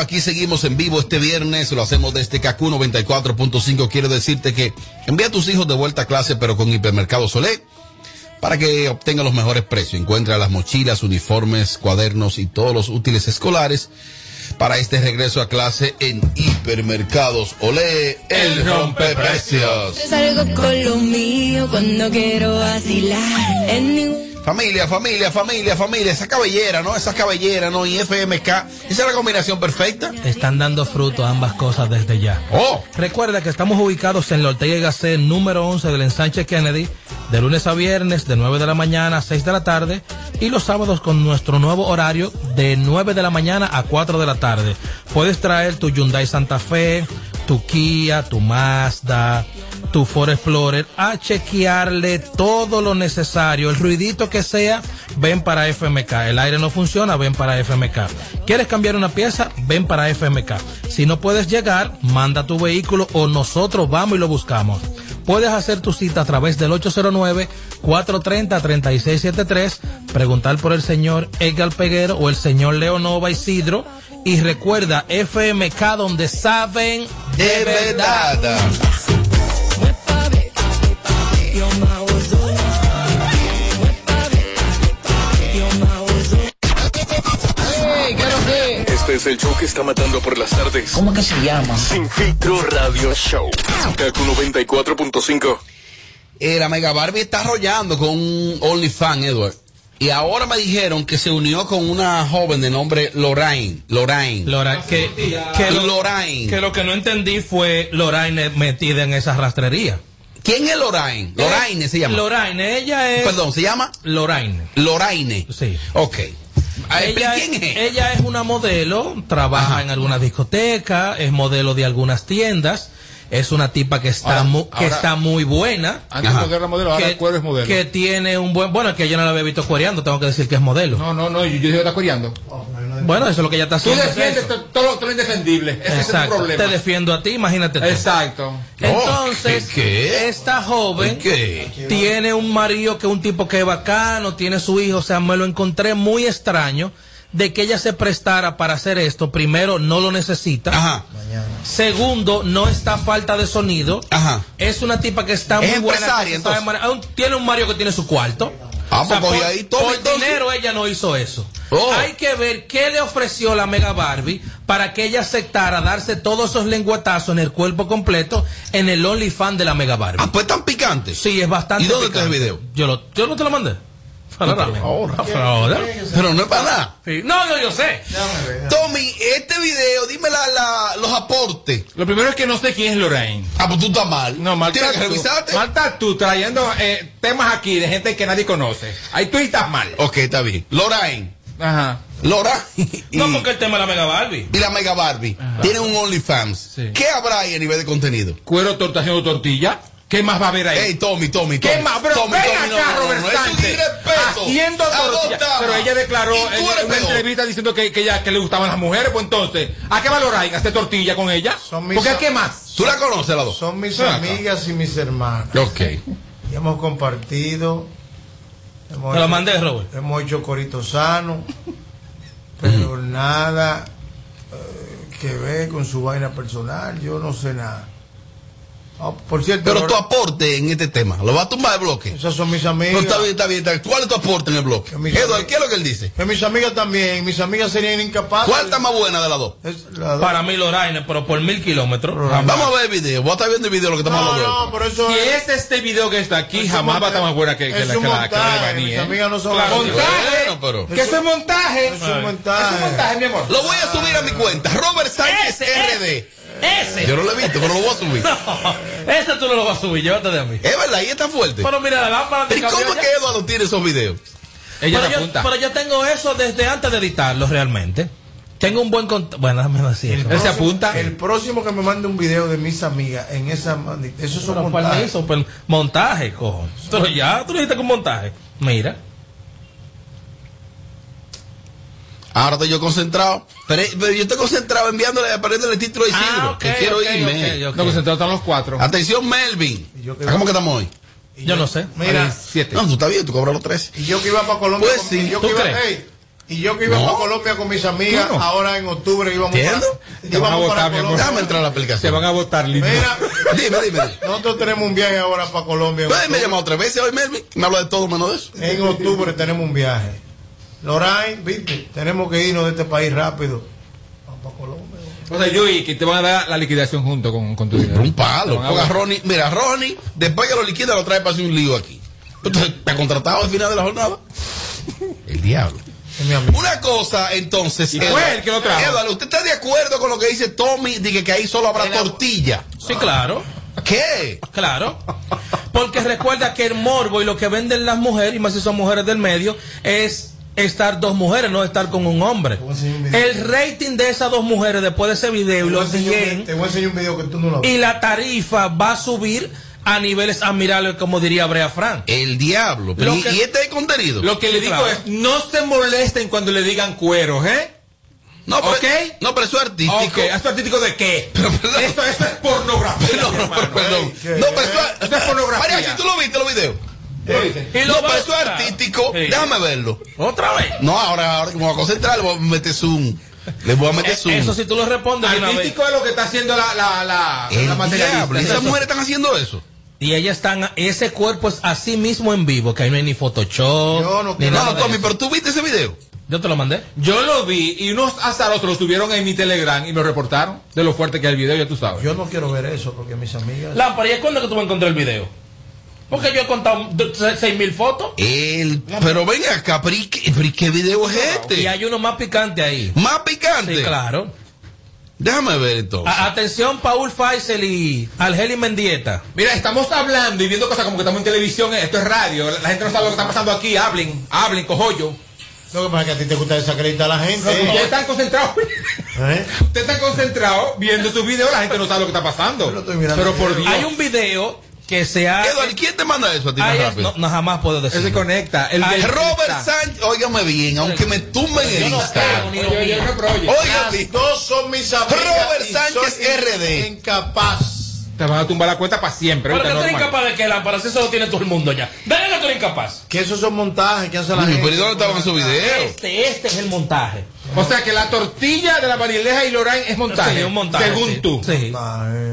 [SPEAKER 3] aquí seguimos en vivo este viernes, lo hacemos desde KQ 94.5. Quiero decirte que envía a tus hijos de vuelta a clase, pero con Hipermercado Solé, para que obtengan los mejores precios. Encuentra las mochilas, uniformes, cuadernos y todos los útiles escolares para este regreso a clase en Hipermercados Olé, el rompeprecios.
[SPEAKER 19] Yo salgo con lo mío cuando quiero vacilar. En ningún-
[SPEAKER 3] Familia, familia, familia, familia. Esa cabellera, ¿no? Esa cabellera, ¿no? Y FMK. Esa es la combinación perfecta.
[SPEAKER 17] Están dando fruto ambas cosas desde ya. Recuerda que estamos ubicados en la Ortega y Gasset número 11 del ensanche Kennedy, de lunes a viernes de 9 de la mañana a 6 de la tarde y los sábados con nuestro nuevo horario de 9 de la mañana a 4 de la tarde. Puedes traer tu Hyundai Santa Fe, tu Kia, tu Mazda, tu Ford Explorer a chequearle todo lo necesario. El ruidito que sea, ven para FMK. El aire no funciona, ven para FMK. ¿Quieres cambiar una pieza? Ven para FMK. Si no puedes llegar, manda tu vehículo o nosotros vamos y lo buscamos. Puedes hacer tu cita a través del 809-430-3673, preguntar por el señor Edgar Peguero o el señor Leonova Isidro. Y recuerda, FMK donde saben de verdad.
[SPEAKER 20] Este es el show que está matando por las tardes. ¿Cómo que se llama? Sin filtro radio show. KQ 94.5.
[SPEAKER 3] Eh, la Mega Barbie está arrollando con un OnlyFans, Edward. Y ahora me dijeron que se unió con una joven de nombre Lorraine. Lorraine.
[SPEAKER 17] Lorraine. Que, que lo, que lo que no entendí fue Lorraine metida en esa rastrería.
[SPEAKER 3] ¿Quién es Lorraine? Lorraine se llama.
[SPEAKER 17] Lorraine, ella es.
[SPEAKER 3] Perdón, ¿se llama?
[SPEAKER 17] Lorraine.
[SPEAKER 3] Loraine.
[SPEAKER 17] Sí.
[SPEAKER 3] Ok.
[SPEAKER 17] Ella, ella es una modelo, trabaja en algunas discotecas, es modelo de algunas tiendas. Es una tipa que está,
[SPEAKER 6] Ahora-
[SPEAKER 17] mu- que
[SPEAKER 6] ahora-
[SPEAKER 17] está muy buena.
[SPEAKER 6] Antes
[SPEAKER 17] Ajá.
[SPEAKER 6] cuando era modelo, ahora
[SPEAKER 17] que,
[SPEAKER 6] cuero es modelo.
[SPEAKER 17] que tiene un buen. Bueno, es que yo no la había visto cuereando, tengo que decir que es modelo. No,
[SPEAKER 6] no, no, yo, yo está cuereando.
[SPEAKER 17] Bueno, eso es lo que ella está
[SPEAKER 6] Tú
[SPEAKER 17] haciendo. es
[SPEAKER 6] defiendes
[SPEAKER 17] eso.
[SPEAKER 6] to- todo lo, todo lo indefendible. Ese es el
[SPEAKER 17] Exacto.
[SPEAKER 6] problema.
[SPEAKER 17] Te defiendo a ti, imagínate tú.
[SPEAKER 6] Exacto.
[SPEAKER 17] Entonces,
[SPEAKER 6] Oh, ¿qué?
[SPEAKER 17] esta joven
[SPEAKER 6] ¿Qué?
[SPEAKER 17] tiene un marido que es un tipo que es bacano, tiene su hijo, o sea, me lo encontré muy extraño de que ella se prestara para hacer esto. Primero, no lo necesita. Segundo, no está falta de sonido. Es una tipa que está
[SPEAKER 3] Es
[SPEAKER 17] muy buena.
[SPEAKER 3] empresaria,
[SPEAKER 17] que se sabe
[SPEAKER 3] entonces.
[SPEAKER 17] manejar. Un- Tiene un marido que tiene su cuarto.
[SPEAKER 3] Ah, pues
[SPEAKER 17] por,
[SPEAKER 3] coge ahí todo,
[SPEAKER 17] por
[SPEAKER 3] entonces. Oh.
[SPEAKER 17] dinero ella no hizo eso. Hay que ver qué le ofreció la Mega Barbie para que ella aceptara darse todos esos lenguatazos en el cuerpo completo en el OnlyFans de la Mega Barbie. Ah,
[SPEAKER 3] pues tan picante.
[SPEAKER 17] Sí, es bastante.
[SPEAKER 3] ¿Y dónde está
[SPEAKER 17] picante.
[SPEAKER 3] el video?
[SPEAKER 17] Yo, lo, yo no te lo mandé. Ahora, ahora.
[SPEAKER 3] Pero no es para nada.
[SPEAKER 17] Sí. No, yo, yo sé.
[SPEAKER 3] Tommy, este video, dime la- la- los aportes.
[SPEAKER 6] Lo primero es que no sé quién es Lorraine.
[SPEAKER 3] Ah, pues tú estás mal.
[SPEAKER 6] No, mal
[SPEAKER 3] Tienes
[SPEAKER 6] estás
[SPEAKER 3] que
[SPEAKER 6] tú.
[SPEAKER 3] revisarte.
[SPEAKER 6] Mal estás tú trayendo eh, temas aquí de gente que nadie conoce. Ahí tú estás mal.
[SPEAKER 3] Ok, está bien. Lorraine.
[SPEAKER 6] Ajá.
[SPEAKER 3] Lorraine.
[SPEAKER 17] No, porque el tema de la Mega Barbie.
[SPEAKER 3] Y la Mega Barbie. Tiene un OnlyFans. ¿Qué habrá ahí a nivel de contenido?
[SPEAKER 6] Cuero torta haciendo tortilla. ¿Qué más va a haber ahí?
[SPEAKER 3] Ey, Tommy, Tommy,
[SPEAKER 6] ¿Qué
[SPEAKER 3] Tommy.
[SPEAKER 6] más? Pero
[SPEAKER 3] Tommy,
[SPEAKER 6] ven
[SPEAKER 3] Tommy, no,
[SPEAKER 6] acá,
[SPEAKER 3] no, no,
[SPEAKER 6] Robert
[SPEAKER 3] no, eso es
[SPEAKER 6] Sánchez,
[SPEAKER 3] irrespeto.
[SPEAKER 6] Haciendo
[SPEAKER 3] A dos
[SPEAKER 6] tortilla.
[SPEAKER 3] damas.
[SPEAKER 6] Pero ella declaró
[SPEAKER 3] Y tú
[SPEAKER 6] en
[SPEAKER 3] eres
[SPEAKER 6] en una
[SPEAKER 3] peor.
[SPEAKER 6] entrevista diciendo que, que, ella- que le gustaban las mujeres. Pues entonces, ¿a qué va Lorraine? ¿Hacer tortilla con ella?
[SPEAKER 5] mis
[SPEAKER 6] Porque
[SPEAKER 5] a-
[SPEAKER 6] ¿qué más?
[SPEAKER 3] ¿Tú la conoces las dos?
[SPEAKER 5] Son mis
[SPEAKER 6] Ven acá.
[SPEAKER 5] amigas y mis hermanas.
[SPEAKER 3] Ok.
[SPEAKER 5] Y hemos compartido. Hemos
[SPEAKER 17] Te lo
[SPEAKER 5] hecho-
[SPEAKER 17] mandé, Robert.
[SPEAKER 5] Hemos hecho corito sano. pero nada eh, que ver con su vaina personal. Yo no sé nada. Ah, por cierto.
[SPEAKER 3] Pero tu
[SPEAKER 5] Lorena-
[SPEAKER 3] aporte en este tema, ¿lo va a tumbar el bloque?
[SPEAKER 5] Esas son mis amigas.
[SPEAKER 3] No, está bien, está bien, está bien. ¿Cuál es tu aporte en el bloque?
[SPEAKER 5] mis
[SPEAKER 3] Eduardo,
[SPEAKER 5] amigas-
[SPEAKER 3] ¿qué es lo que él dice?
[SPEAKER 5] Que mis amigas también. Mis amigas serían incapaces.
[SPEAKER 3] ¿Cuál está más buena de las dos?
[SPEAKER 17] Para mí Lorraine, pero por mil kilómetros.
[SPEAKER 3] Vamos a ver el video. Vos estás viendo el video lo que estamos hablando.
[SPEAKER 5] No, pero eso
[SPEAKER 6] Si es este video que está aquí, jamás va a estar más buena que, que
[SPEAKER 5] es
[SPEAKER 6] la
[SPEAKER 5] un
[SPEAKER 6] que la que la de
[SPEAKER 5] montaje,
[SPEAKER 6] Bani,
[SPEAKER 5] mis
[SPEAKER 6] ¿eh?
[SPEAKER 5] amigas no son
[SPEAKER 6] Claro,
[SPEAKER 5] así.
[SPEAKER 6] montaje.
[SPEAKER 3] Bueno,
[SPEAKER 6] Que eso es montaje.
[SPEAKER 5] Es un montaje.
[SPEAKER 6] Es un montaje, mi amor.
[SPEAKER 3] Lo voy a subir a mi cuenta. Robert Sánchez RD.
[SPEAKER 17] Ese.
[SPEAKER 3] Yo no lo he visto, pero lo voy a subir.
[SPEAKER 17] Ese tú no lo vas a subir, llévate de mí.
[SPEAKER 3] Es verdad, ahí está fuerte.
[SPEAKER 17] Pero mira, la lámpara te
[SPEAKER 3] ¿Y cómo
[SPEAKER 17] cambió
[SPEAKER 3] es que
[SPEAKER 17] ya.
[SPEAKER 3] Eduardo tiene esos videos?
[SPEAKER 17] pero, yo, pero yo tengo eso desde antes de editarlo realmente. Tengo un buen cont- Bueno, déjame decir. eso.
[SPEAKER 5] Próximo- El próximo que me mande un video de mis amigas en esa. mandi- Eso es un
[SPEAKER 17] Pero, ¿cuál
[SPEAKER 5] montaje.
[SPEAKER 17] es eso? Pero, montaje, cojo. Pero ya, tú lo dijiste con montaje. Mira.
[SPEAKER 3] Ahora estoy yo concentrado. Pero, pero yo estoy concentrado enviándole, apareciéndole el título de
[SPEAKER 6] Ah,
[SPEAKER 3] Isidro. que quiero irme.
[SPEAKER 6] No, que se tratan los cuatro.
[SPEAKER 3] Atención, Melvin. ¿A ¿Cómo que estamos hoy?
[SPEAKER 17] Yo no sé.
[SPEAKER 5] Mira.
[SPEAKER 3] No, tú estás bien, tú cobras los 13.
[SPEAKER 5] Y yo que iba para Colombia.
[SPEAKER 3] Pues
[SPEAKER 5] con-
[SPEAKER 3] sí,
[SPEAKER 5] y yo
[SPEAKER 3] ¿tú
[SPEAKER 5] que iba,
[SPEAKER 3] crees?
[SPEAKER 5] Ey, Y yo que iba
[SPEAKER 3] No.
[SPEAKER 5] para Colombia con mis amigas,
[SPEAKER 3] Tú no.
[SPEAKER 5] ahora en octubre íbamos
[SPEAKER 3] ¿Entiendo?
[SPEAKER 5] para, íbamos para Colombia.
[SPEAKER 3] Déjame entrar a la aplicación. Te van
[SPEAKER 6] a votar, lindo.
[SPEAKER 5] Mira,
[SPEAKER 3] dime, dime.
[SPEAKER 5] Nosotros tenemos un viaje ahora para Colombia.
[SPEAKER 3] Ay, me llamó tres veces hoy, Melvin. Me habla de todo menos de eso.
[SPEAKER 5] En octubre tenemos un viaje. Lorain, viste, tenemos que irnos de este país rápido.
[SPEAKER 6] O sea, yo y que te van a dar la liquidación junto con, con tu dinero.
[SPEAKER 3] Un palo. Porque a Ronnie, mira, Ronnie, después que lo liquida, lo trae para hacer un lío aquí. Entonces, ¿te ha contratado al final de la jornada? El diablo. Una cosa, entonces.
[SPEAKER 6] Y fue
[SPEAKER 3] Eduardo,
[SPEAKER 6] él que lo trajo.
[SPEAKER 3] Eduardo, ¿usted está de acuerdo con lo que dice Tommy? Dice que ahí solo habrá tortilla.
[SPEAKER 17] Sí, claro.
[SPEAKER 3] ¿Qué?
[SPEAKER 17] Claro. Porque recuerda que el morbo y lo que venden las mujeres, y más si son mujeres del medio, es estar dos mujeres, no estar con un hombre. El rating de esas dos mujeres después de ese video y los bien,
[SPEAKER 5] Te voy a enseñar un video que tú no lo
[SPEAKER 17] y la tarifa va a subir a niveles admirables, como diría Brea Frank.
[SPEAKER 3] El diablo.
[SPEAKER 17] pero
[SPEAKER 6] ¿y- y
[SPEAKER 3] este contenido?
[SPEAKER 6] Lo que le digo
[SPEAKER 17] Claro.
[SPEAKER 6] es, no se molesten cuando le digan cueros, ¿eh?
[SPEAKER 3] No, pero,
[SPEAKER 6] ¿Ok?
[SPEAKER 3] no, pero eso es artístico.
[SPEAKER 6] Ok, ¿esto artístico de qué? esto, esto es pornografía. No,
[SPEAKER 3] perdón. No, pero eso, es-
[SPEAKER 6] Esto es pornografía.
[SPEAKER 3] Mariachi, ¿tú lo viste los videos? no, pero eso es artístico. Déjame verlo.
[SPEAKER 17] ¿Otra vez?
[SPEAKER 3] No, ahora, ahora que me voy a concentrar, le voy a meter zoom. Le voy a meter zoom.
[SPEAKER 17] Eh, Eso si tú lo respondes de una vez.
[SPEAKER 6] Artístico es lo que está haciendo la, la, la,
[SPEAKER 17] El
[SPEAKER 6] la materialista.
[SPEAKER 17] diablo, esas
[SPEAKER 6] Entonces,
[SPEAKER 17] mujeres
[SPEAKER 3] están haciendo eso.
[SPEAKER 17] Y ellas están, ese cuerpo es así mismo en vivo, que ahí no hay ni Photoshop. ni nada de eso.
[SPEAKER 3] pero tú viste ese video.
[SPEAKER 17] Yo te lo mandé.
[SPEAKER 6] Yo lo vi y unos azarosos lo subieron en mi Telegram y me reportaron de lo fuerte que es el video, ya tú sabes.
[SPEAKER 5] Yo no quiero ver eso porque mis amigas.
[SPEAKER 17] Lámpara, ¿y es cuándo que tú vas a encontrar el video? Porque yo he contado do- se- seis mil fotos.
[SPEAKER 3] El, pero ven acá, pero ¿y qué, pero ¿y qué video es este?
[SPEAKER 17] Y hay uno más picante ahí.
[SPEAKER 3] ¿Más picante?
[SPEAKER 17] Sí, claro.
[SPEAKER 3] Déjame ver entonces.
[SPEAKER 17] A- atención, Paul Faisel y Algeli Mendieta.
[SPEAKER 6] Mira, estamos hablando y viendo cosas como que estamos en televisión, esto es radio, la gente no sabe lo que está pasando aquí, hablen, hablen, cojollo.
[SPEAKER 5] Lo que pasa es que a ti te gusta desacreditar a la gente.
[SPEAKER 6] Ustedes están concentrados,
[SPEAKER 5] ¿Eh?
[SPEAKER 6] ustedes están concentrados viendo sus videos, la gente no sabe lo que está pasando. Pero por Dios.
[SPEAKER 17] Hay un video que se ha.
[SPEAKER 3] Eduardo, ¿quién te manda eso a ti
[SPEAKER 17] Ay,
[SPEAKER 3] más
[SPEAKER 17] es-
[SPEAKER 3] rápido?
[SPEAKER 17] no, no, jamás puedo decir.
[SPEAKER 6] Ese conecta. El
[SPEAKER 17] Ay,
[SPEAKER 3] Ay, Robert
[SPEAKER 17] está.
[SPEAKER 3] Sánchez, óigame bien, aunque me tumben el Instagram.
[SPEAKER 5] Las dos son mis amigas.
[SPEAKER 3] Robert
[SPEAKER 5] y
[SPEAKER 3] Sánchez
[SPEAKER 5] soy
[SPEAKER 3] RD.
[SPEAKER 5] Incapaz.
[SPEAKER 6] Te vas a tumbar la cuenta para siempre.
[SPEAKER 17] ¿Por qué tú
[SPEAKER 6] ahorita
[SPEAKER 17] eres
[SPEAKER 6] normal.
[SPEAKER 17] incapaz de que lámpara? Si Eso lo tiene todo el mundo ya. Dale que tú eres incapaz.
[SPEAKER 5] Que esos son montajes que hace la
[SPEAKER 17] Uy,
[SPEAKER 5] gente.
[SPEAKER 17] pero ¿y dónde estaban esos videos? Este, este es el montaje.
[SPEAKER 6] O sea que la tortilla de la Marileja y Lorán es montaje.
[SPEAKER 17] Sí, un montaje,
[SPEAKER 6] Según
[SPEAKER 17] sí.
[SPEAKER 6] tú.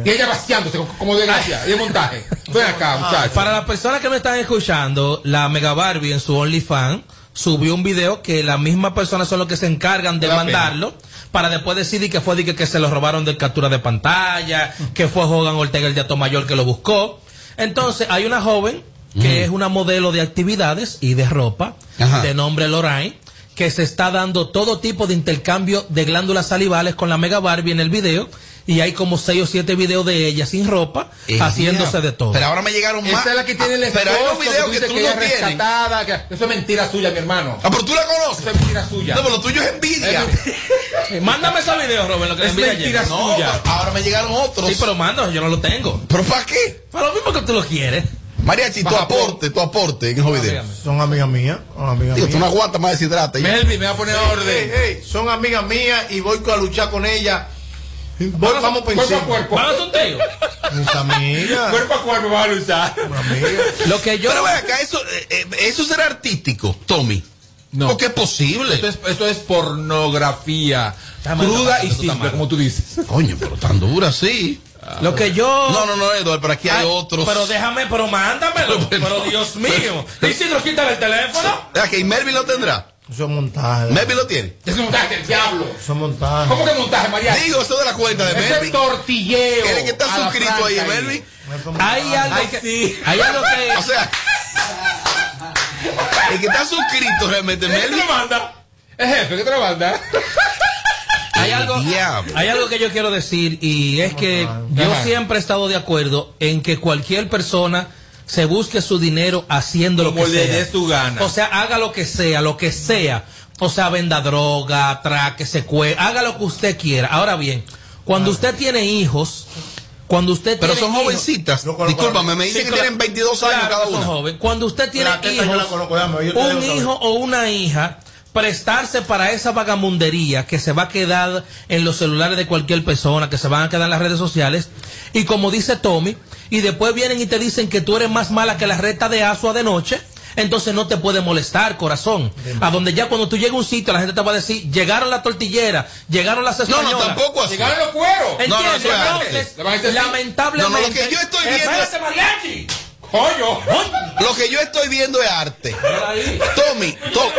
[SPEAKER 6] Y ella vaciándose co- como de gracia. Y es montaje. Ven
[SPEAKER 3] Ah,
[SPEAKER 6] acá, muchachos.
[SPEAKER 17] Ah, Para las personas que me están escuchando, la Mega Barbie en su OnlyFans subió un video que las mismas personas son los que se encargan de
[SPEAKER 6] Da pena.
[SPEAKER 17] mandarlo para después decir y que fue de que, que se lo robaron de captura de pantalla, que fue Hogan Ortega el de Atomayor que lo buscó. Entonces, hay una joven que es una modelo de actividades y de ropa
[SPEAKER 3] Ajá.
[SPEAKER 17] de nombre Lorraine que se está dando todo tipo de intercambio de glándulas salivales con la Mega Barbie en el video y hay como seis o siete videos de ella sin ropa
[SPEAKER 3] El
[SPEAKER 17] haciéndose
[SPEAKER 3] diablo.
[SPEAKER 17] de todo.
[SPEAKER 3] Eh, Pero ahora me llegaron más.
[SPEAKER 6] Esa es la que tiene el
[SPEAKER 3] Ah, Pero hay
[SPEAKER 6] esposo
[SPEAKER 3] unos videos que,
[SPEAKER 6] dices
[SPEAKER 3] tú
[SPEAKER 6] ella
[SPEAKER 3] no
[SPEAKER 6] es
[SPEAKER 3] tienes.
[SPEAKER 6] rescatada, que- Eso es mentira suya, mi hermano.
[SPEAKER 3] Ah, pero tú la conoces.
[SPEAKER 6] Eso es mentira suya.
[SPEAKER 3] No, pero lo tuyo es envidia.
[SPEAKER 17] Eh, Mándame ese video, Robert, lo que
[SPEAKER 6] Es
[SPEAKER 17] te envié
[SPEAKER 6] mentira
[SPEAKER 17] ayer.
[SPEAKER 3] No,
[SPEAKER 6] suya.
[SPEAKER 3] pero ahora me llegaron otros.
[SPEAKER 17] Sí, pero manda, yo no lo tengo.
[SPEAKER 3] ¿Pero para qué?
[SPEAKER 17] Para lo mismo que tú lo quieres.
[SPEAKER 3] Mariachi, tu
[SPEAKER 17] Baja,
[SPEAKER 3] aporte, tu aporte en esos videos.
[SPEAKER 5] Son amigas mías. Son amigas
[SPEAKER 3] Digo,
[SPEAKER 5] mías.
[SPEAKER 3] tú no aguantas más deshidrata. ya.
[SPEAKER 6] Melvin me va a poner
[SPEAKER 5] Ey,
[SPEAKER 6] orden.
[SPEAKER 5] ey, son amigas mías y voy a luchar con ellas. Voy, vamos
[SPEAKER 6] cuerpo
[SPEAKER 5] pensando.
[SPEAKER 6] a cuerpo.
[SPEAKER 17] Vamos a un tío.
[SPEAKER 5] Mis amigas.
[SPEAKER 6] Cuerpo a cuerpo va a luchar.
[SPEAKER 17] Lo que yo.
[SPEAKER 3] Pero ven acá, eso, eh, eh, eso será artístico, Tommy. No. Porque es posible.
[SPEAKER 6] Esto es, esto es pornografía.
[SPEAKER 17] mal, está
[SPEAKER 6] Cruda
[SPEAKER 17] mal,
[SPEAKER 6] y
[SPEAKER 17] eso está
[SPEAKER 6] simple,
[SPEAKER 17] mal. Ah,
[SPEAKER 6] como tú dices.
[SPEAKER 3] Coño, pero tan dura, sí.
[SPEAKER 17] Lo que yo.
[SPEAKER 3] No, no, no, Eduardo, pero aquí hay
[SPEAKER 17] Ay,
[SPEAKER 3] otros.
[SPEAKER 17] Pero déjame, pero mándamelo. Pero, Dios mío. Isidro, quítale el teléfono.
[SPEAKER 3] Ah, que ¿Y Melvin lo tendrá?
[SPEAKER 5] Son montajes.
[SPEAKER 3] ¿Melvin lo tiene?
[SPEAKER 6] Es un montaje del diablo.
[SPEAKER 5] Son montajes.
[SPEAKER 6] ¿Cómo que montaje, María?
[SPEAKER 3] Digo, eso de la cuenta de
[SPEAKER 6] Ese
[SPEAKER 3] Melvin.
[SPEAKER 6] tortilleo.
[SPEAKER 3] ¿Eres que
[SPEAKER 6] a
[SPEAKER 3] está
[SPEAKER 6] la
[SPEAKER 3] suscrito ahí,
[SPEAKER 6] franca
[SPEAKER 3] Melvin?
[SPEAKER 17] Hay algo
[SPEAKER 6] Ay,
[SPEAKER 17] que.
[SPEAKER 6] sí.
[SPEAKER 17] Hay algo que.
[SPEAKER 3] O sea, el que está suscrito realmente,
[SPEAKER 6] ¿Qué te
[SPEAKER 3] Melvin.
[SPEAKER 6] lo manda? El jefe, ¿qué te lo manda?
[SPEAKER 17] Hay algo,
[SPEAKER 3] Diablo.
[SPEAKER 17] hay algo que yo quiero decir y es que yo
[SPEAKER 6] Ajá.
[SPEAKER 17] siempre he estado de acuerdo en que cualquier persona se busque su dinero haciendo lo
[SPEAKER 6] Como
[SPEAKER 17] que
[SPEAKER 6] le
[SPEAKER 17] sea.
[SPEAKER 6] des tu gana.
[SPEAKER 17] O sea, haga lo que sea, lo que sea. O sea, venda droga, traque, se cue, haga lo que usted quiera. Ahora bien,
[SPEAKER 6] Ah.
[SPEAKER 17] cuando usted tiene hijos, cuando usted
[SPEAKER 3] Pero
[SPEAKER 17] tiene
[SPEAKER 3] son
[SPEAKER 17] hijos-
[SPEAKER 3] jovencitas. Discúlpame, me dicen
[SPEAKER 17] Sí,
[SPEAKER 3] que
[SPEAKER 17] claro.
[SPEAKER 3] tienen 22 años
[SPEAKER 17] Claro,
[SPEAKER 3] cada
[SPEAKER 17] son
[SPEAKER 3] una.
[SPEAKER 17] jóvenes. Cuando usted tiene
[SPEAKER 5] La teta yo
[SPEAKER 17] hijos,
[SPEAKER 5] la conozco, déjame, yo te
[SPEAKER 17] un
[SPEAKER 5] dejo saber.
[SPEAKER 17] hijo o una hija, prestarse para esa vagamundería que se va a quedar en los celulares de cualquier persona, que se van a quedar en las redes sociales, y como dice Tommy, y después vienen y te dicen que tú eres más mala que la reta de Asua de noche, entonces no te puede molestar, corazón. A donde ya cuando tú llegas a un sitio, la gente te va a decir, llegaron las tortilleras, llegaron las
[SPEAKER 6] No, no,
[SPEAKER 17] españolas.
[SPEAKER 6] tampoco así. Llegaron los cueros.
[SPEAKER 17] ¿Entiendes?
[SPEAKER 6] No, no, eso es
[SPEAKER 17] Entonces,
[SPEAKER 6] antes. Le van a decir-
[SPEAKER 17] lamentablemente.
[SPEAKER 6] No, no, lo que yo estoy viendo
[SPEAKER 17] Espérate,
[SPEAKER 6] es-
[SPEAKER 17] mariachi.
[SPEAKER 3] Lo que yo estoy viendo es arte. Tommy, to-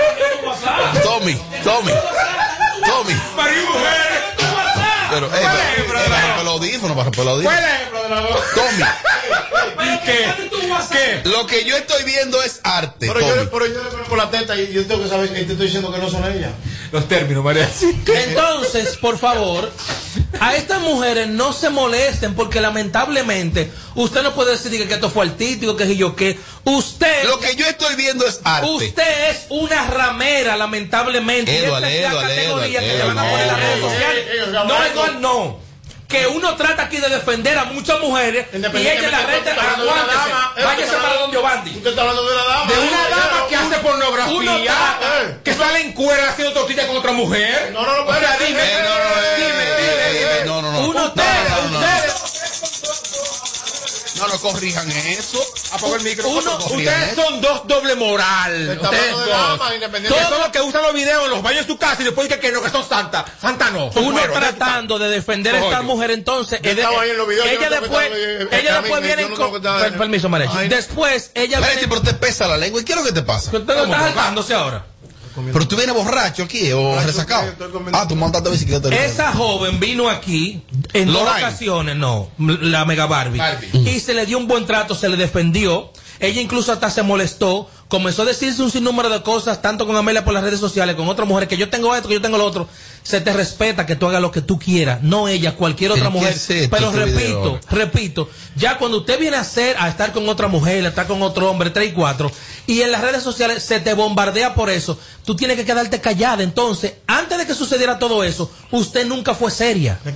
[SPEAKER 3] Tommy, Tommy, Tommy. Pero, eh, pero- eh, baja el audífono, baja el audífono. Tommy.
[SPEAKER 6] ¿Qué?
[SPEAKER 3] Lo que yo estoy viendo es arte.
[SPEAKER 5] Pero yo,
[SPEAKER 3] Tommy.
[SPEAKER 5] le- pero yo le pongo por la teta y yo tengo que saber que te estoy diciendo que no son ellas.
[SPEAKER 6] Los términos, María.
[SPEAKER 17] Entonces, por favor, a estas mujeres no se molesten porque lamentablemente usted no puede decir diga, que esto fue artístico, que si yo qué. Usted. Lo
[SPEAKER 3] que yo estoy viendo es arte. Eh,
[SPEAKER 17] Usted es una ramera, lamentablemente. Y
[SPEAKER 3] Eduard,
[SPEAKER 17] esta es la
[SPEAKER 3] Eduard,
[SPEAKER 17] categoría
[SPEAKER 3] Eduard,
[SPEAKER 17] que le van a
[SPEAKER 3] Eduard,
[SPEAKER 17] poner las
[SPEAKER 3] no,
[SPEAKER 17] redes
[SPEAKER 3] no,
[SPEAKER 17] sociales.
[SPEAKER 3] no.
[SPEAKER 17] No, Eduard, no. Que uno trata aquí de defender a muchas mujeres y ella en la red
[SPEAKER 6] Independientemente, estamos hablando de una
[SPEAKER 17] aguántese.
[SPEAKER 6] dama. Eh,
[SPEAKER 17] Váyase
[SPEAKER 6] estamos
[SPEAKER 17] para
[SPEAKER 6] hablando-
[SPEAKER 17] donde Obandi.
[SPEAKER 5] Usted está hablando de una dama.
[SPEAKER 6] De una dama que hace pornografía,
[SPEAKER 17] Uno trata-
[SPEAKER 6] que sale en cuera haciendo tortilla con otra mujer. No, no, no, o sea, dime, dime, dime,
[SPEAKER 3] no, no,
[SPEAKER 6] no. Uno te,
[SPEAKER 3] No lo corrijan eso.
[SPEAKER 6] Apagó el micro.
[SPEAKER 3] Uno-
[SPEAKER 6] ustedes son dos doble moral.
[SPEAKER 3] Está
[SPEAKER 6] Ustedes
[SPEAKER 3] hablando
[SPEAKER 6] dos.
[SPEAKER 3] de dama,
[SPEAKER 6] Que son los que usan los videos en los baños de su casa y después dicen que no, que son santa. Santa no. son
[SPEAKER 17] Uno
[SPEAKER 6] cueros, de tu
[SPEAKER 17] tratando de defender a
[SPEAKER 6] Coño.
[SPEAKER 17] esta mujer entonces.
[SPEAKER 6] Yo
[SPEAKER 17] es de-
[SPEAKER 6] estaba ahí en los videos, yo
[SPEAKER 17] ella
[SPEAKER 6] no
[SPEAKER 17] después,
[SPEAKER 6] estaba- eh, eh,
[SPEAKER 17] ella
[SPEAKER 6] a mí
[SPEAKER 17] después
[SPEAKER 6] me-
[SPEAKER 17] viene
[SPEAKER 6] yo no
[SPEAKER 17] con-
[SPEAKER 6] contaba-
[SPEAKER 17] Per- Permiso, Marechi.
[SPEAKER 6] Ay, no.
[SPEAKER 17] Después ella
[SPEAKER 3] Espérate, pero te pesa la lengua. ¿Y qué es lo que te pasa?
[SPEAKER 17] Pero estás hartándose ahora.
[SPEAKER 3] Pero tú vienes borracho aquí eh, o resacado. Ah, tú montaste bicicleta.
[SPEAKER 17] Esa joven vino aquí en dos
[SPEAKER 3] Lorraine.
[SPEAKER 17] ocasiones, no, la mega Barbie, y se le dio un buen trato, se le defendió. Ella incluso hasta se molestó, comenzó a decirse un sinnúmero de cosas, tanto con Amelia por las redes sociales, con otras mujeres, que yo tengo esto, que yo tengo lo otro. Se te respeta que tú hagas lo que tú quieras, no ella, cualquier otra
[SPEAKER 3] ¿Pero qué
[SPEAKER 17] mujer.
[SPEAKER 3] es esto,
[SPEAKER 17] Pero
[SPEAKER 3] este video
[SPEAKER 17] repito,
[SPEAKER 3] ahora?
[SPEAKER 17] repito, ya cuando usted viene a hacer, a estar con otra mujer, a estar con otro hombre, tres y cuatro, y en las redes sociales se te bombardea por eso, tú tienes que quedarte callada. Entonces, antes de que sucediera todo eso, usted nunca fue seria.
[SPEAKER 5] hacer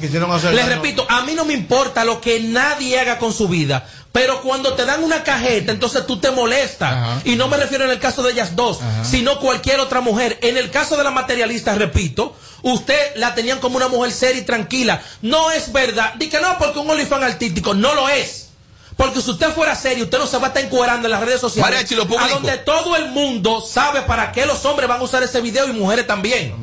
[SPEAKER 17] Les
[SPEAKER 5] daño.
[SPEAKER 17] repito, a mí no me importa lo que nadie haga con su vida, pero cuando te dan una cajeta, entonces tú te molestas. Y no me refiero en el caso de ellas dos, sino cualquier otra mujer. En el caso de la materialista, repito, usted la tenían como una mujer seria y tranquila. No es verdad. Di que no, porque un olifán artístico no lo es. Porque si usted fuera serio, usted no se va a estar encuerando en las redes sociales.
[SPEAKER 3] Mariachi, lo publico.
[SPEAKER 17] a donde todo el mundo sabe para qué los hombres van a usar ese video y mujeres también.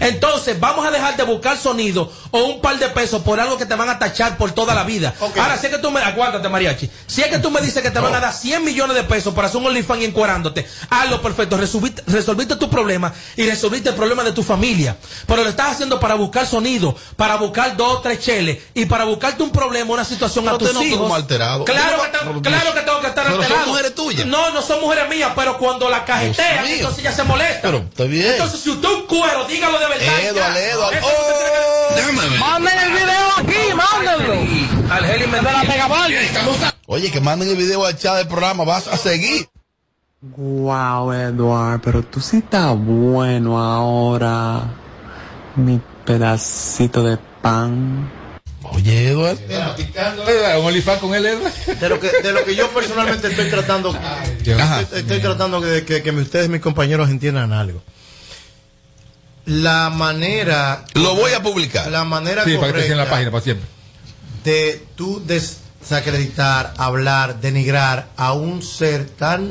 [SPEAKER 17] Entonces, vamos a dejar de buscar sonido o un par de pesos por algo que te van a tachar por toda la vida. Ahora, si es que tú me. Aguántate, mariachi. Si es que tú me dices que te van a dar 100 millones de pesos para hacer un OnlyFans y encuerándote, hazlo perfecto. Resolviste, resolviste tu problema y resolviste el problema de tu familia. Pero lo estás haciendo para buscar sonido, para buscar dos o tres cheles y para buscarte un problema, una situación
[SPEAKER 3] No
[SPEAKER 17] a
[SPEAKER 3] te
[SPEAKER 17] tus
[SPEAKER 3] noto
[SPEAKER 17] hijos.
[SPEAKER 3] como alterado.
[SPEAKER 17] Claro que,
[SPEAKER 3] Pero-
[SPEAKER 17] te- claro que tengo que estar
[SPEAKER 3] pero son
[SPEAKER 17] alterado.
[SPEAKER 3] mujeres tuyas.
[SPEAKER 17] No, no son mujeres mías, pero cuando la cajetean,
[SPEAKER 3] mío.
[SPEAKER 17] entonces ya se molesta.
[SPEAKER 3] Pero está bien.
[SPEAKER 17] Entonces, si usted es un cuero, dígalo de verdad.
[SPEAKER 3] Eduard,
[SPEAKER 17] ya.
[SPEAKER 3] Eduard.
[SPEAKER 17] Eso es lo que tiene
[SPEAKER 5] Oh.
[SPEAKER 17] que-
[SPEAKER 1] Manden el video aquí, mándenlo.
[SPEAKER 17] Argeli me da la
[SPEAKER 1] mega
[SPEAKER 3] Oye, que manden el video al chat del programa. Vas a seguir.
[SPEAKER 16] Wow, Eduard, pero tú sí estás bueno ahora. Mi pedacito de pan.
[SPEAKER 3] Oye, Eduard.
[SPEAKER 6] Un olifán con él, Edward.
[SPEAKER 5] De lo que, de lo que yo personalmente estoy tratando,
[SPEAKER 6] Ah,
[SPEAKER 3] Ajá.
[SPEAKER 5] estoy, estoy tratando de que, que ustedes, mis compañeros, entiendan algo. La manera.
[SPEAKER 3] Lo voy a publicar.
[SPEAKER 5] La manera
[SPEAKER 6] Sí, para que te
[SPEAKER 5] correcta
[SPEAKER 6] sigan la página para siempre.
[SPEAKER 5] de tú desacreditar, hablar, denigrar a un ser tan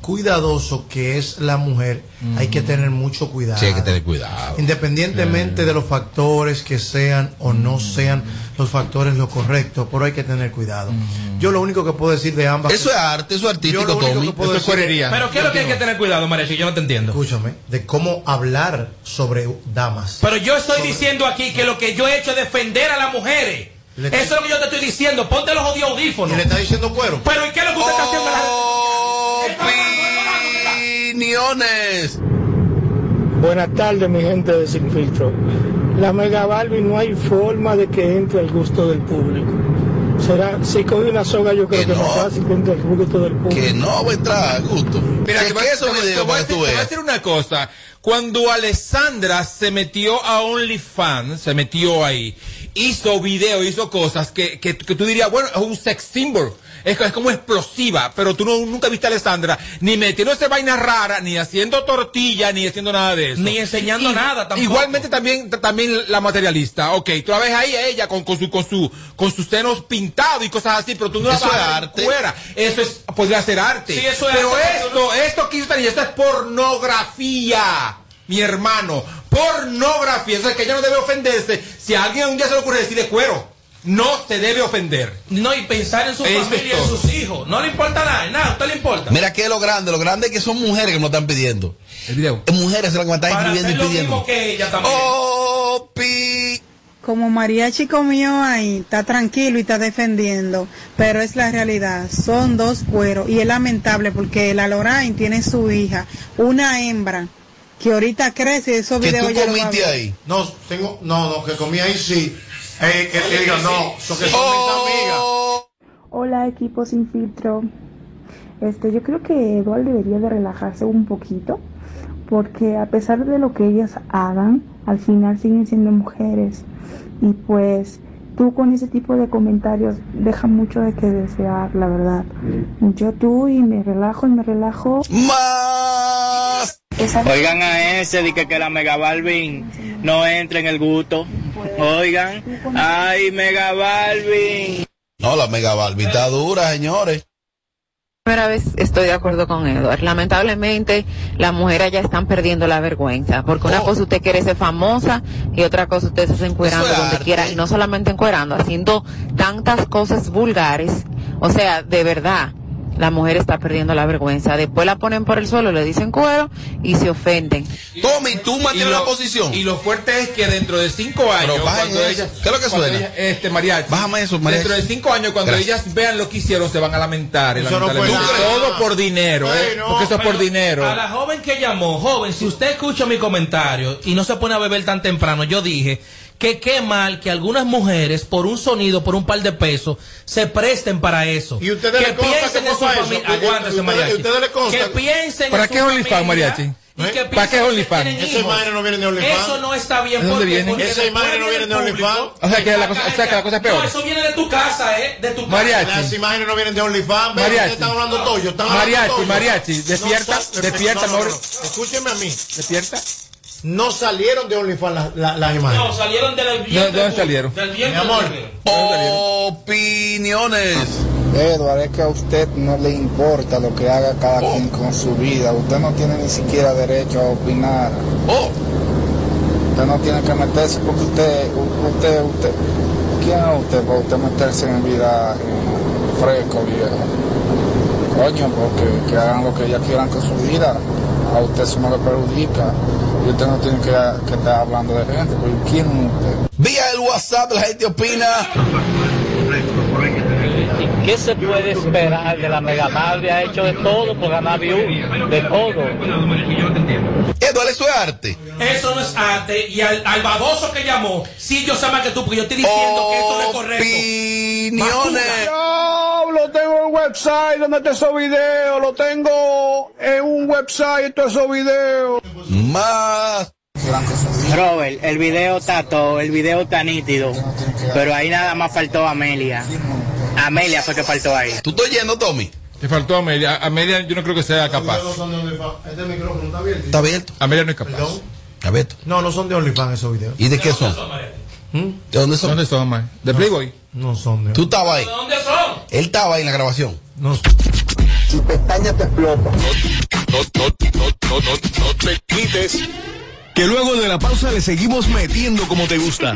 [SPEAKER 5] cuidadoso que es la mujer, hay que tener mucho cuidado.
[SPEAKER 3] Sí, hay que tener cuidado.
[SPEAKER 5] Independientemente de los factores que sean o no sean los factores lo correcto, pero hay que tener cuidado. Yo lo único que puedo decir de ambas.
[SPEAKER 3] Eso es arte, eso es artístico,
[SPEAKER 5] Yo lo único
[SPEAKER 3] Tommy.
[SPEAKER 5] que puedo
[SPEAKER 3] Eso es
[SPEAKER 5] decir-
[SPEAKER 3] cuerería.
[SPEAKER 17] Pero ¿qué es lo que hay que tener cuidado, María? Si yo no te entiendo.
[SPEAKER 5] Escúchame, de cómo hablar sobre damas.
[SPEAKER 17] Pero yo estoy diciendo aquí que lo que yo he hecho es defender a las mujeres. Eso es lo que yo te estoy diciendo. Ponte los jodidos audífonos. Y le
[SPEAKER 5] está diciendo cuero. Oh.
[SPEAKER 17] Pero ¿y qué es lo que usted está haciendo?
[SPEAKER 3] Opiniones.
[SPEAKER 21] Buenas tardes, mi gente de Sin Filtro. La Mega Barbie no hay forma de que entre al gusto del público. Será, si coge una soga, yo creo que, es más fácil que entre al gusto del público.
[SPEAKER 3] Que no
[SPEAKER 5] pues,
[SPEAKER 3] va a entrar a gusto.
[SPEAKER 6] Mira,
[SPEAKER 3] Si
[SPEAKER 6] te
[SPEAKER 3] es
[SPEAKER 6] voy,
[SPEAKER 3] que eso
[SPEAKER 6] te voy-
[SPEAKER 3] me
[SPEAKER 6] te voy
[SPEAKER 3] digo
[SPEAKER 6] a
[SPEAKER 3] para que
[SPEAKER 6] decir-
[SPEAKER 3] tú
[SPEAKER 6] te voy a
[SPEAKER 3] veas.
[SPEAKER 6] decir una cosa. Cuando Alessandra se metió a OnlyFans, se metió ahí, hizo video, hizo cosas que, que, que tú dirías, bueno, es un sex symbol. es, es como explosiva, pero tú no, nunca viste a Alessandra ni metiéndose vaina rara, ni haciendo tortilla, ni haciendo nada de eso.
[SPEAKER 17] Ni enseñando nada tampoco.
[SPEAKER 6] Igualmente también, t- también la materialista. Ok, tú la ves ahí a ella con, con su, con su, con sus senos pintados y cosas así, pero tú no
[SPEAKER 3] Eso
[SPEAKER 6] la vas
[SPEAKER 3] es
[SPEAKER 6] a ver
[SPEAKER 3] arte.
[SPEAKER 6] fuera. Eso es, podría ser arte.
[SPEAKER 3] Sí, eso es
[SPEAKER 6] pero
[SPEAKER 3] arte,
[SPEAKER 6] esto, esto que hizo esta niña, esto es pornografía. Mi hermano, pornografía. O sea, que ella no debe ofenderse. Si a alguien un día se le ocurre decirle cuero, no se debe ofender.
[SPEAKER 17] No, y pensar en su
[SPEAKER 6] Eso es
[SPEAKER 17] familia, en
[SPEAKER 6] todo.
[SPEAKER 17] sus hijos. No le importa nada, nada, a usted le importa.
[SPEAKER 3] Mira qué es lo grande, lo grande es que son mujeres que me lo están pidiendo.
[SPEAKER 6] El video.
[SPEAKER 3] Mujeres son las que me están
[SPEAKER 17] Para
[SPEAKER 3] escribiendo
[SPEAKER 17] hacer
[SPEAKER 3] y
[SPEAKER 17] lo
[SPEAKER 3] pidiendo. Oh,
[SPEAKER 17] mismo que ella también.
[SPEAKER 22] Como mariachi comió ahí, está tranquilo y está defendiendo, pero es la realidad. Son dos cueros y es lamentable porque la Lorraine tiene su hija, una hembra, que ahorita crece y esos videos ya lo va a ver.
[SPEAKER 5] No, tengo, no, no, que comí ahí sí. Eh, que te diga, no, son que son
[SPEAKER 3] Oh,
[SPEAKER 5] mis amigas.
[SPEAKER 13] Hola equipo sin filtro. Este, yo creo que Eduard debería de relajarse un poquito, porque a pesar de lo que ellas hagan, al final siguen siendo mujeres. Y pues tú con ese tipo de comentarios deja mucho de que desear, la verdad. Yo tú y me relajo y me relajo.
[SPEAKER 3] Más.
[SPEAKER 9] Oigan a ese, de que, que la Mega Balvin no entra en el gusto. Oigan, ay Mega Balvin.
[SPEAKER 3] No, la mega Barbie está dura, señores.
[SPEAKER 23] primera vez estoy de acuerdo con Edward. Lamentablemente, las mujeres ya están perdiendo la vergüenza. Porque una cosa usted quiere ser famosa y otra cosa usted se está encuerando donde quiera. Y no solamente encuerando, haciendo tantas cosas vulgares. O sea, de verdad, la mujer está perdiendo la vergüenza. Después la ponen por el suelo, le dicen cuero y se ofenden.
[SPEAKER 3] Tommy, tú mantienes la posición.
[SPEAKER 6] Y lo fuerte es que dentro de cinco años,
[SPEAKER 3] Pero baja
[SPEAKER 6] cuando
[SPEAKER 3] eso.
[SPEAKER 6] ellas-
[SPEAKER 3] ¿Qué es lo que
[SPEAKER 6] cuando
[SPEAKER 3] suena?
[SPEAKER 6] ellas- este mariachi.
[SPEAKER 3] Bájame eso, mariachi.
[SPEAKER 6] Dentro de cinco años, cuando
[SPEAKER 3] Gracias.
[SPEAKER 6] ellas vean lo que hicieron, se van a lamentar.
[SPEAKER 17] Eso no fue
[SPEAKER 6] lamentablemente.
[SPEAKER 17] nada.
[SPEAKER 6] todo por dinero, ¿eh? porque eso es por
[SPEAKER 17] Pero
[SPEAKER 6] dinero.
[SPEAKER 17] A la joven que llamó, joven, si usted escucha mi comentario y no se pone a beber tan temprano, yo dije que qué mal que algunas mujeres, por un sonido, por un par de pesos, se presten para eso. Y
[SPEAKER 5] ustedes
[SPEAKER 17] que
[SPEAKER 5] le consta que fue para
[SPEAKER 17] familia.
[SPEAKER 5] eso, que-
[SPEAKER 17] Aguántese,
[SPEAKER 5] ustedes-
[SPEAKER 17] mariachi.
[SPEAKER 5] ustedes le consta.
[SPEAKER 17] Que piensen
[SPEAKER 6] ¿Para
[SPEAKER 17] en
[SPEAKER 6] qué
[SPEAKER 17] su
[SPEAKER 6] OnlyFans,
[SPEAKER 17] familia ¿Eh?
[SPEAKER 6] mariachi?
[SPEAKER 17] y que
[SPEAKER 6] ¿Para
[SPEAKER 17] piensen
[SPEAKER 6] qué
[SPEAKER 17] que
[SPEAKER 6] OnlyFans?
[SPEAKER 17] tienen
[SPEAKER 6] Esa
[SPEAKER 17] hijos.
[SPEAKER 6] imagen no viene de OnlyFans.
[SPEAKER 17] Eso no está bien.
[SPEAKER 6] ¿De dónde
[SPEAKER 17] porque-
[SPEAKER 6] viene?
[SPEAKER 17] porque
[SPEAKER 6] Esa
[SPEAKER 17] después
[SPEAKER 6] imagen no viene de
[SPEAKER 17] público.
[SPEAKER 6] OnlyFans. O sea, que la cosa- o sea, que la cosa es peor.
[SPEAKER 17] No, eso viene de tu casa, ¿eh? De tu casa.
[SPEAKER 6] Mariachi.
[SPEAKER 5] Las imágenes no vienen de OnlyFans, ve,
[SPEAKER 6] Mariachi.
[SPEAKER 5] ustedes están hablando toyo, están hablando
[SPEAKER 6] Mariachi,
[SPEAKER 5] toyo.
[SPEAKER 6] mariachi, despierta,
[SPEAKER 5] sal-
[SPEAKER 6] despierta,
[SPEAKER 5] no, no, no,
[SPEAKER 6] Mauro.
[SPEAKER 5] Escúcheme a mí. Despierta. No salieron de OnlyFans las- las- las imágenes.
[SPEAKER 17] No, salieron del
[SPEAKER 5] ¿De- de dónde salieron?
[SPEAKER 17] Del
[SPEAKER 5] Mi amor.
[SPEAKER 3] Opiniones.
[SPEAKER 24] Edward, es que a usted no le importa lo que haga cada quien con su vida. Usted no tiene ni siquiera derecho a opinar. Usted no tiene que meterse porque usted, u- usted, usted, ¿quién es usted para usted meterse en vida eh, fresco, viejo? Coño, porque que hagan lo que ellas quieran con su vida. A usted eso no le perjudica. Y usted no tiene que, que estar hablando de gente. porque ¿Quién es usted?
[SPEAKER 3] Vía el WhatsApp, la gente opina.
[SPEAKER 25] ¿Qué se puede esperar de la Mega Balvin? Ha hecho de todo por ganar views, de todo.
[SPEAKER 3] Eduardo, eso es arte.
[SPEAKER 17] Eso no es arte. Y al, al baboso que llamó, sí, yo sabía que tú, porque yo estoy diciendo que esto no es correcto.
[SPEAKER 26] Yo lo tengo en website donde está esos videos, lo tengo en un website todos esos videos.
[SPEAKER 3] Más.
[SPEAKER 9] Robert, el video está todo, el video está nítido, pero ahí nada más faltó Amelia. Amelia fue que faltó ahí.
[SPEAKER 3] ¿Tú estás yendo, Tommy?
[SPEAKER 6] Te faltó Amelia. Amelia yo no creo que sea capaz.
[SPEAKER 5] Este micrófono está abierto.
[SPEAKER 3] Está abierto.
[SPEAKER 6] Amelia no es capaz.
[SPEAKER 5] No, no son de OnlyFans esos videos.
[SPEAKER 3] ¿Y de qué son? ¿De dónde son?
[SPEAKER 6] ¿Dónde son, man? ¿De Playboy?
[SPEAKER 5] No son de
[SPEAKER 3] ¿Tú estabas ahí?
[SPEAKER 17] dónde son?
[SPEAKER 3] Él estaba ahí en la grabación.
[SPEAKER 5] No.
[SPEAKER 3] Tu pestaña te
[SPEAKER 20] No,
[SPEAKER 3] explota.
[SPEAKER 20] no, no, no, no, no te quites.
[SPEAKER 27] Que luego de la pausa le seguimos metiendo como te gusta.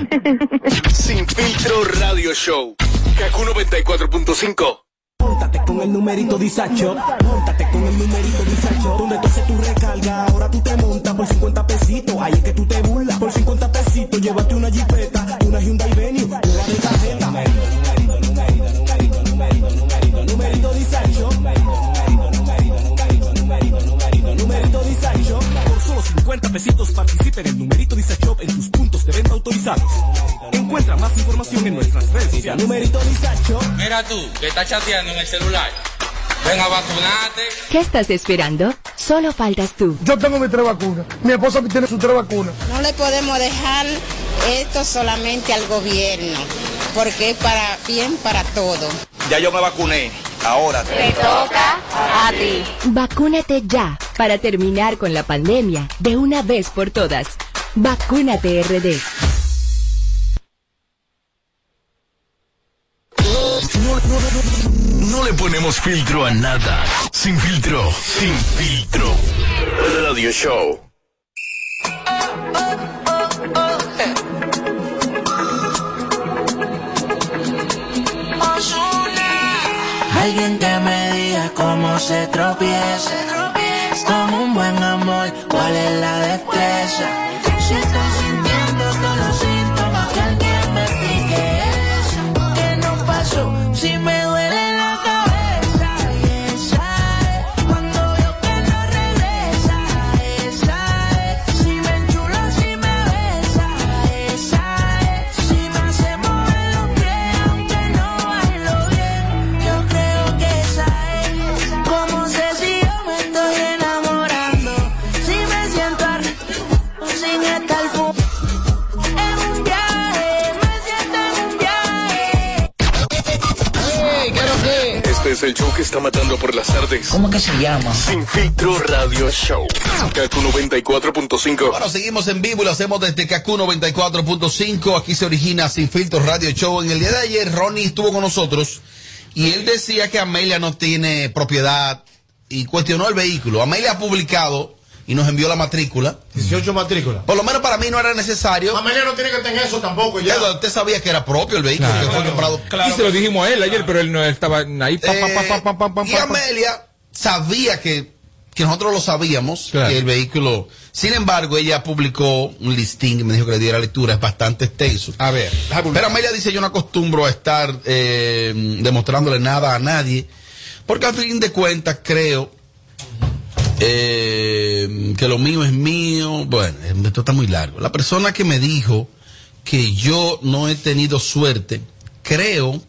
[SPEAKER 20] Sin filtro radio show. Kaku 94.5.
[SPEAKER 18] Móntate con el numerito disacho. Móntate con el numerito disacho. Donde tú haces tu recarga, ahora tú te montas por 50 pesitos. Ahí es que tú te burlas. Por 50 pesitos, llévate una jipeta, una Hyundai Venue, una de tarjeta. Numerito, numerito, numerito, numerito, numerito, numerito, numerito disacho. Numerito Disacho. Por solo 50 pesitos participen en Numerito Disacho en tus puntos de venta autorizados. Encuentra más información en nuestras redes sociales. Numerito Disacho.
[SPEAKER 25] Mira tú, que estás chateando en el celular. Ven a vacunarte.
[SPEAKER 28] ¿Qué estás esperando? Solo faltas tú.
[SPEAKER 26] Yo tengo mis tres vacunas, mi esposa tiene sus tres vacunas.
[SPEAKER 29] No le podemos dejar esto solamente al gobierno, porque es para bien para todo.
[SPEAKER 25] Ya yo me vacuné,
[SPEAKER 2] Ahora te toca a ti.
[SPEAKER 28] Vacúnate ya para terminar con la pandemia de una vez por todas. Vacúnate RD.
[SPEAKER 30] No, no, no, no, no le ponemos filtro a nada. Sin filtro, sin filtro. Radio Show.
[SPEAKER 18] Alguien que me diga cómo se tropieza. Con un buen amor, cuál es la destreza. Si estoy sintiendo todos los síntomas, que alguien me explique eso. ¿Qué no pasó? Si me duele la cabeza, y esa es. Cuando veo que no regresa, esa es. Si me enchula, si me besa, esa es. Si me hace mover los pies, aunque no bailo bien. Yo creo que esa es como sé si yo me estoy enamorando. Si me siento arriba, sin estar fu- en un viaje, me siento en un viaje.
[SPEAKER 6] Este es el show que está matando por las tardes. ¿Cómo que se llama? Sin filtro radio show. Kaku 94.5.
[SPEAKER 3] Bueno, seguimos en vivo y lo hacemos desde KQ 94.5. Aquí se origina Sin Filtro Radio Show. En el día de ayer, Ronnie estuvo con nosotros y él decía que Amelia no tiene propiedad y cuestionó el vehículo. Amelia ha publicado y nos envió la matrícula. 18 matrículas. Por lo menos para mí no era necesario.
[SPEAKER 7] Amelia no tiene que tener eso tampoco ya.
[SPEAKER 3] Pero usted sabía que era propio el vehículo
[SPEAKER 31] Claro.
[SPEAKER 3] que fue comprado.
[SPEAKER 31] y se lo dijimos a él ayer, pero él no estaba ahí. pa, pa, pa, pa, pa, pa, pa,
[SPEAKER 3] Y
[SPEAKER 31] pa.
[SPEAKER 3] Amelia sabía que, que nosotros lo sabíamos, que el vehículo. Sin embargo, ella publicó un listing y me dijo que le diera lectura, es bastante extenso. A ver. Pero Amelia dice: Yo no acostumbro a estar eh, demostrándole nada a nadie, porque al fin de cuentas creo. eh, que lo mío es mío. Bueno, esto está muy largo. La persona que me dijo que yo no he tenido suerte, creo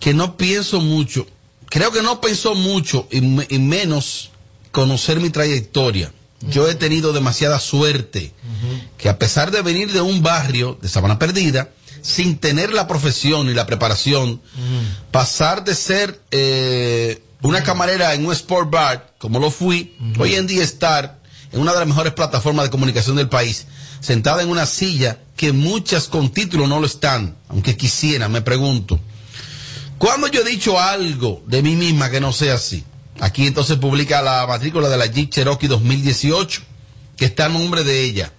[SPEAKER 3] que no pienso mucho, creo que no pensó mucho y, me- y menos conocer mi trayectoria. Yo he tenido demasiada suerte que a pesar de venir de un barrio de Sabana Perdida, sin tener la profesión y la preparación, pasar de ser eh, una camarera en un sport bar, como lo fui, hoy en día estar en una de las mejores plataformas de comunicación del país, sentada en una silla que muchas con título no lo están, aunque quisiera, me pregunto. Cuando yo he dicho algo de mí misma que no sea así? Aquí entonces publica la matrícula de la Jeep Cherokee 2018, que está a nombre de ella.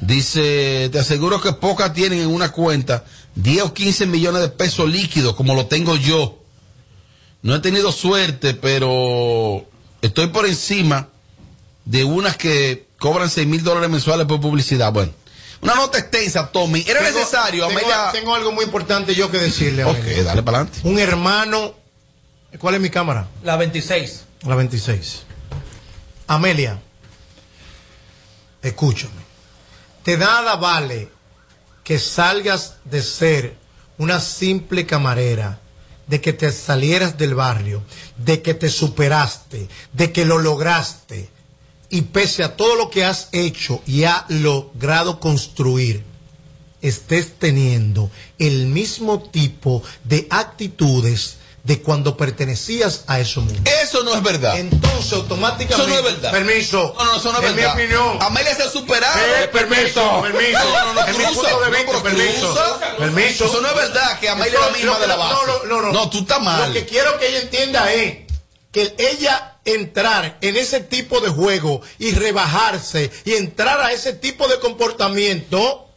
[SPEAKER 3] Dice, te aseguro que pocas tienen en una cuenta 10 o 15 millones de pesos líquidos como lo tengo yo. No he tenido suerte, pero estoy por encima de unas que cobran 6 mil dólares mensuales por publicidad. Bueno, una nota extensa, Tommy. Era
[SPEAKER 7] Tengo-
[SPEAKER 3] necesario,
[SPEAKER 7] tengo,
[SPEAKER 3] Amelia.
[SPEAKER 7] tengo algo muy importante yo que decirle.
[SPEAKER 3] Ok,
[SPEAKER 7] Amelia.
[SPEAKER 3] dale para adelante.
[SPEAKER 7] Un hermano. ¿Cuál es mi cámara?
[SPEAKER 17] La 26.
[SPEAKER 7] La 26. Amelia, escúchame. Te nada vale que salgas de ser una simple camarera, de que te salieras del barrio, de que te superaste, de que lo lograste. Y pese a todo lo que has hecho y ha logrado construir, estés teniendo el mismo tipo de actitudes de cuando pertenecías a esos mundos.
[SPEAKER 3] Eso no es verdad.
[SPEAKER 7] Entonces, automáticamente.
[SPEAKER 3] Eso no es verdad.
[SPEAKER 7] Permiso.
[SPEAKER 3] No, no, eso no es
[SPEAKER 7] En mi
[SPEAKER 3] verdad.
[SPEAKER 7] opinión.
[SPEAKER 3] Amelia se ha superado.
[SPEAKER 7] Eh, permiso, permiso.
[SPEAKER 3] No, no, no,
[SPEAKER 7] En mi
[SPEAKER 3] cruza,
[SPEAKER 7] punto de
[SPEAKER 3] no,
[SPEAKER 7] vista,
[SPEAKER 3] pero
[SPEAKER 7] permiso.
[SPEAKER 3] cruza.
[SPEAKER 7] Permiso.
[SPEAKER 3] Eso no es verdad que Amelia es la
[SPEAKER 7] Entonces,
[SPEAKER 3] misma
[SPEAKER 7] lo
[SPEAKER 3] de la
[SPEAKER 7] que-
[SPEAKER 3] base.
[SPEAKER 7] no, no, no, no.
[SPEAKER 3] tú estás mal.
[SPEAKER 7] Lo que quiero que ella entienda es que ella entrar en ese tipo de juego y rebajarse y entrar a ese tipo de comportamiento,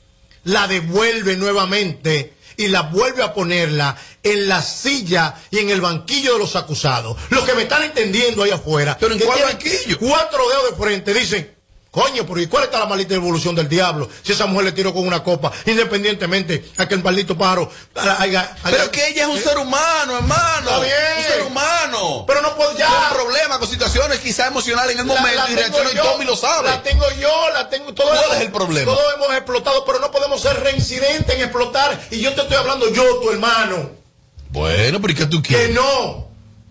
[SPEAKER 7] la devuelve nuevamente y la vuelve a ponerla en la silla y en el banquillo de los acusados. Los que me están entendiendo ahí afuera. ¿Pero en cuál banquillo? Cuatro dedos de frente dicen, coño, pero ¿y cuál está la maldita evolución del diablo? Si esa mujer le tiró con una copa, independientemente a que el maldito pájaro... Pero
[SPEAKER 3] que ella es un ser humano, hermano.
[SPEAKER 7] Eh, Está bien.
[SPEAKER 3] Un ser humano.
[SPEAKER 7] Pero no puedo ya.
[SPEAKER 3] Con problemas, con situaciones quizás emocionales en el
[SPEAKER 7] La- la
[SPEAKER 3] momento y
[SPEAKER 7] tengo
[SPEAKER 3] reacciona y
[SPEAKER 7] yo,
[SPEAKER 3] Tommy lo sabe.
[SPEAKER 7] La tengo yo, la tengo todo.
[SPEAKER 3] ¿Cuál es el problema?
[SPEAKER 7] Todos hemos explotado, pero no podemos ser reincidentes en explotar. Y yo te estoy hablando yo, tu hermano.
[SPEAKER 3] Bueno, pero ¿y qué tú
[SPEAKER 7] Que no.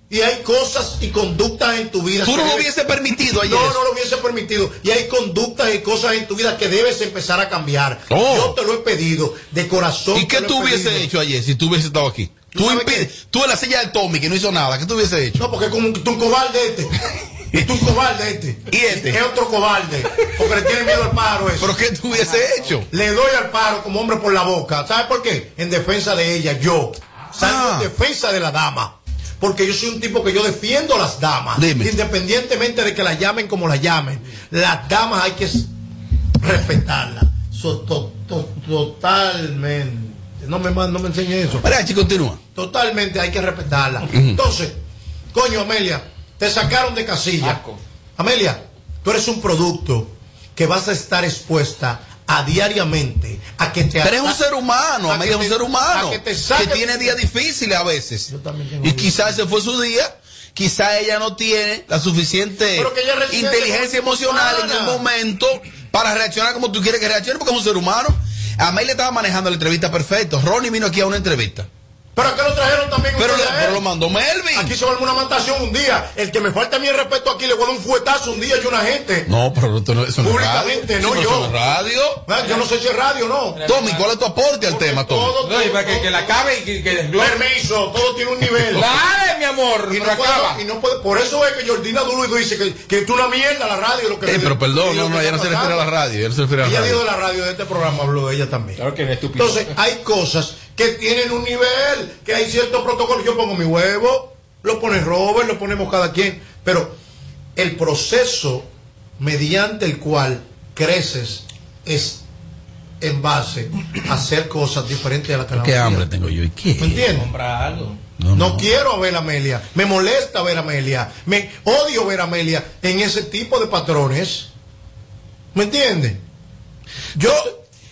[SPEAKER 7] Y hay cosas y conductas en tu vida.
[SPEAKER 3] Tú no
[SPEAKER 7] que
[SPEAKER 3] lo
[SPEAKER 7] debes-
[SPEAKER 3] hubiese permitido ayer
[SPEAKER 7] No,
[SPEAKER 3] eso.
[SPEAKER 7] no lo hubiese permitido. Y hay conductas y cosas en tu vida que debes empezar a cambiar. Yo te lo he pedido de corazón.
[SPEAKER 3] ¿Y qué
[SPEAKER 7] te lo he
[SPEAKER 3] tú hubiese
[SPEAKER 7] pedido.
[SPEAKER 3] hecho ayer si tú hubiese estado aquí? Tú, impide- tú en la silla del Tommy, que no hizo nada, ¿qué tú hubiese hecho?
[SPEAKER 7] No, porque es como un, tú un cobarde este. Es un cobarde este.
[SPEAKER 3] Y este.
[SPEAKER 7] Es otro cobarde. Porque le tiene miedo al paro eso.
[SPEAKER 3] ¿Pero qué tú hubiese hecho?
[SPEAKER 7] Le doy al paro como hombre por la boca. ¿Sabes por qué? En defensa de ella, yo. Salgo
[SPEAKER 3] Ah.
[SPEAKER 7] en defensa de la dama. Porque yo soy un tipo que yo defiendo a las damas.
[SPEAKER 3] Dime.
[SPEAKER 7] Independientemente de que las llamen como las llamen. Las damas hay que s- respetarlas. So- to- to- totalmente. No me, ma- no me enseñe eso.
[SPEAKER 3] continúa.
[SPEAKER 7] Totalmente hay que respetarla. Entonces, coño, Amelia, te sacaron de casilla. Amelia, tú eres un producto que vas a estar expuesta a diariamente a que te
[SPEAKER 3] Pero es
[SPEAKER 7] ata-
[SPEAKER 3] un ser humano,
[SPEAKER 7] a
[SPEAKER 3] Amelia
[SPEAKER 7] que
[SPEAKER 3] es un
[SPEAKER 7] te-
[SPEAKER 3] ser humano
[SPEAKER 7] a que te
[SPEAKER 3] que
[SPEAKER 7] saquen-
[SPEAKER 3] tiene días difíciles a veces. Y quizás ese fue su día, quizás ella no tiene la suficiente
[SPEAKER 7] Pero que ella recibe
[SPEAKER 3] inteligencia
[SPEAKER 7] como
[SPEAKER 3] emocional en
[SPEAKER 7] humana.
[SPEAKER 3] el momento para reaccionar como tú quieres que reaccione porque es un ser humano. Amelia estaba manejando la entrevista perfecto. Ronnie vino aquí a una entrevista.
[SPEAKER 7] Pero que lo trajeron también
[SPEAKER 3] Pero,
[SPEAKER 7] ustedes
[SPEAKER 3] le-
[SPEAKER 7] a él.
[SPEAKER 3] pero lo mandó Melvin.
[SPEAKER 7] Aquí se va a armar una matación un día. El que me falta a mí el respeto aquí le voy a dar un fuetazo un día y una gente.
[SPEAKER 3] No, pero esto no- eso no es
[SPEAKER 7] Públicamente,
[SPEAKER 3] radio.
[SPEAKER 7] no
[SPEAKER 3] Sí, pero
[SPEAKER 7] yo.
[SPEAKER 3] eso no es radio.
[SPEAKER 7] No, Yo no sé si es radio o no.
[SPEAKER 3] Tommy, ¿cuál es tu aporte al tema, Tommy?
[SPEAKER 7] todo- No, y para que- que
[SPEAKER 3] la acabe y que,
[SPEAKER 7] Permiso, todo tiene un nivel.
[SPEAKER 3] Dale,
[SPEAKER 7] mi amor. Y no
[SPEAKER 3] pero
[SPEAKER 7] puedo-
[SPEAKER 3] acaba.
[SPEAKER 7] y no puedo- por eso es que Jordina Duluido dice que, que es una mierda la radio. Lo que
[SPEAKER 3] Eh, pero perdón, no, no, ella no se refiere a la
[SPEAKER 7] radio.
[SPEAKER 3] radio. Ella no se refiere a la
[SPEAKER 7] Ella
[SPEAKER 3] radio.
[SPEAKER 7] dijo de la radio de este programa, habló ella también. Claro que es estúpido. Entonces, hay cosas que tienen un nivel, que hay ciertos protocolos. Yo pongo mi huevo, lo pone Robert, lo ponemos cada quien. Pero el proceso mediante el cual creces es en base a hacer cosas diferentes a las que la
[SPEAKER 3] ¿Qué
[SPEAKER 7] mayoría.
[SPEAKER 3] hambre tengo yo? ¿Y qué?
[SPEAKER 7] ¿Me entiendes? No, quiero ver a Amelia. Me molesta ver a Amelia. Me odio ver a Amelia en ese tipo de patrones. ¿Me entiendes? Yo,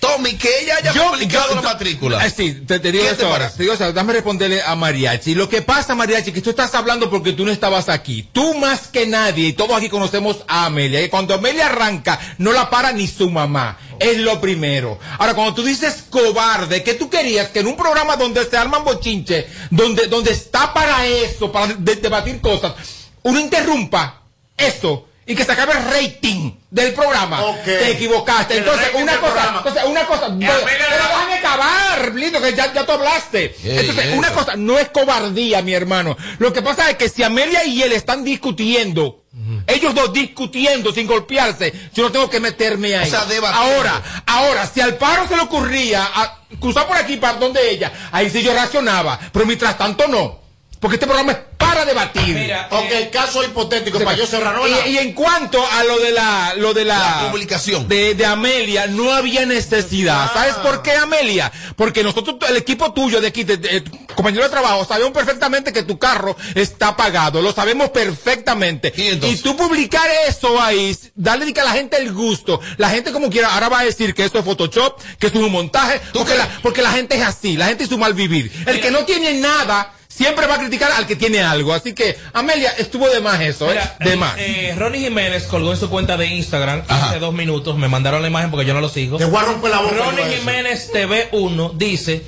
[SPEAKER 3] Tommy, que ella haya
[SPEAKER 6] yo-
[SPEAKER 3] publicado la matrícula.
[SPEAKER 6] Ah, sí, te, te digo
[SPEAKER 3] ¿Qué te
[SPEAKER 6] eso ahora.
[SPEAKER 3] parece?
[SPEAKER 6] Te digo eso, dame responderle a Mariachi. Lo que pasa, Mariachi, que tú estás hablando porque tú no estabas aquí. Tú más que nadie, y todos aquí conocemos a Amelia. Y cuando Amelia arranca, no la para ni su mamá. Es lo primero. Ahora, cuando tú dices cobarde, que tú querías que en un programa donde se arman bochinche, donde, donde está para eso, para de- debatir cosas, uno interrumpa eso y que se acabe el rating del programa. Te equivocaste.
[SPEAKER 7] El
[SPEAKER 6] Entonces,
[SPEAKER 7] rating
[SPEAKER 6] una
[SPEAKER 7] del
[SPEAKER 6] cosa,
[SPEAKER 7] programa.
[SPEAKER 6] entonces, una cosa, pero déjame acabar, lindo, que ya, ya tú hablaste.
[SPEAKER 3] Ey,
[SPEAKER 6] Entonces,
[SPEAKER 3] ey.
[SPEAKER 6] una cosa, no es cobardía, mi hermano. Lo que pasa es que si Amelia y él están discutiendo, ellos dos discutiendo sin golpearse, yo no tengo que meterme ahí.
[SPEAKER 3] O sea, debatiendo.
[SPEAKER 6] ahora, ahora, si al paro se le ocurría a- cruzar por aquí para donde ella, ahí sí yo reaccionaba, pero mientras tanto no. Porque este programa es para debatir.
[SPEAKER 7] aunque el caso hipotético, para yo cerrar ¿no?
[SPEAKER 6] eh, Y, y en cuanto a lo de la, lo de la,
[SPEAKER 7] La
[SPEAKER 3] publicación
[SPEAKER 6] de, de Amelia, no había necesidad. ¿Sabes por qué Amelia? Porque nosotros, el equipo tuyo de aquí, de, de- tu compañero de trabajo, sabemos perfectamente que tu carro está apagado, lo sabemos perfectamente. Y, tú publicar eso ahí, darle que a la gente el gusto, la gente como quiera, ahora va a decir que esto es Photoshop, que esto es un montaje, porque la, porque la gente es así, la gente es su mal vivir. El que no tiene nada. Siempre va a criticar al que tiene algo. Así que, Amelia, estuvo de más eso, ¿eh?
[SPEAKER 17] Mira,
[SPEAKER 6] De
[SPEAKER 17] eh,
[SPEAKER 6] más.
[SPEAKER 17] eh, Ronnie Jiménez colgó en su cuenta de Instagram hace dos minutos. Me mandaron la imagen porque yo no lo sigo.
[SPEAKER 7] Te voy a romper la boca, iba a
[SPEAKER 17] Ronnie
[SPEAKER 7] decir.
[SPEAKER 17] Jiménez TV1 dice: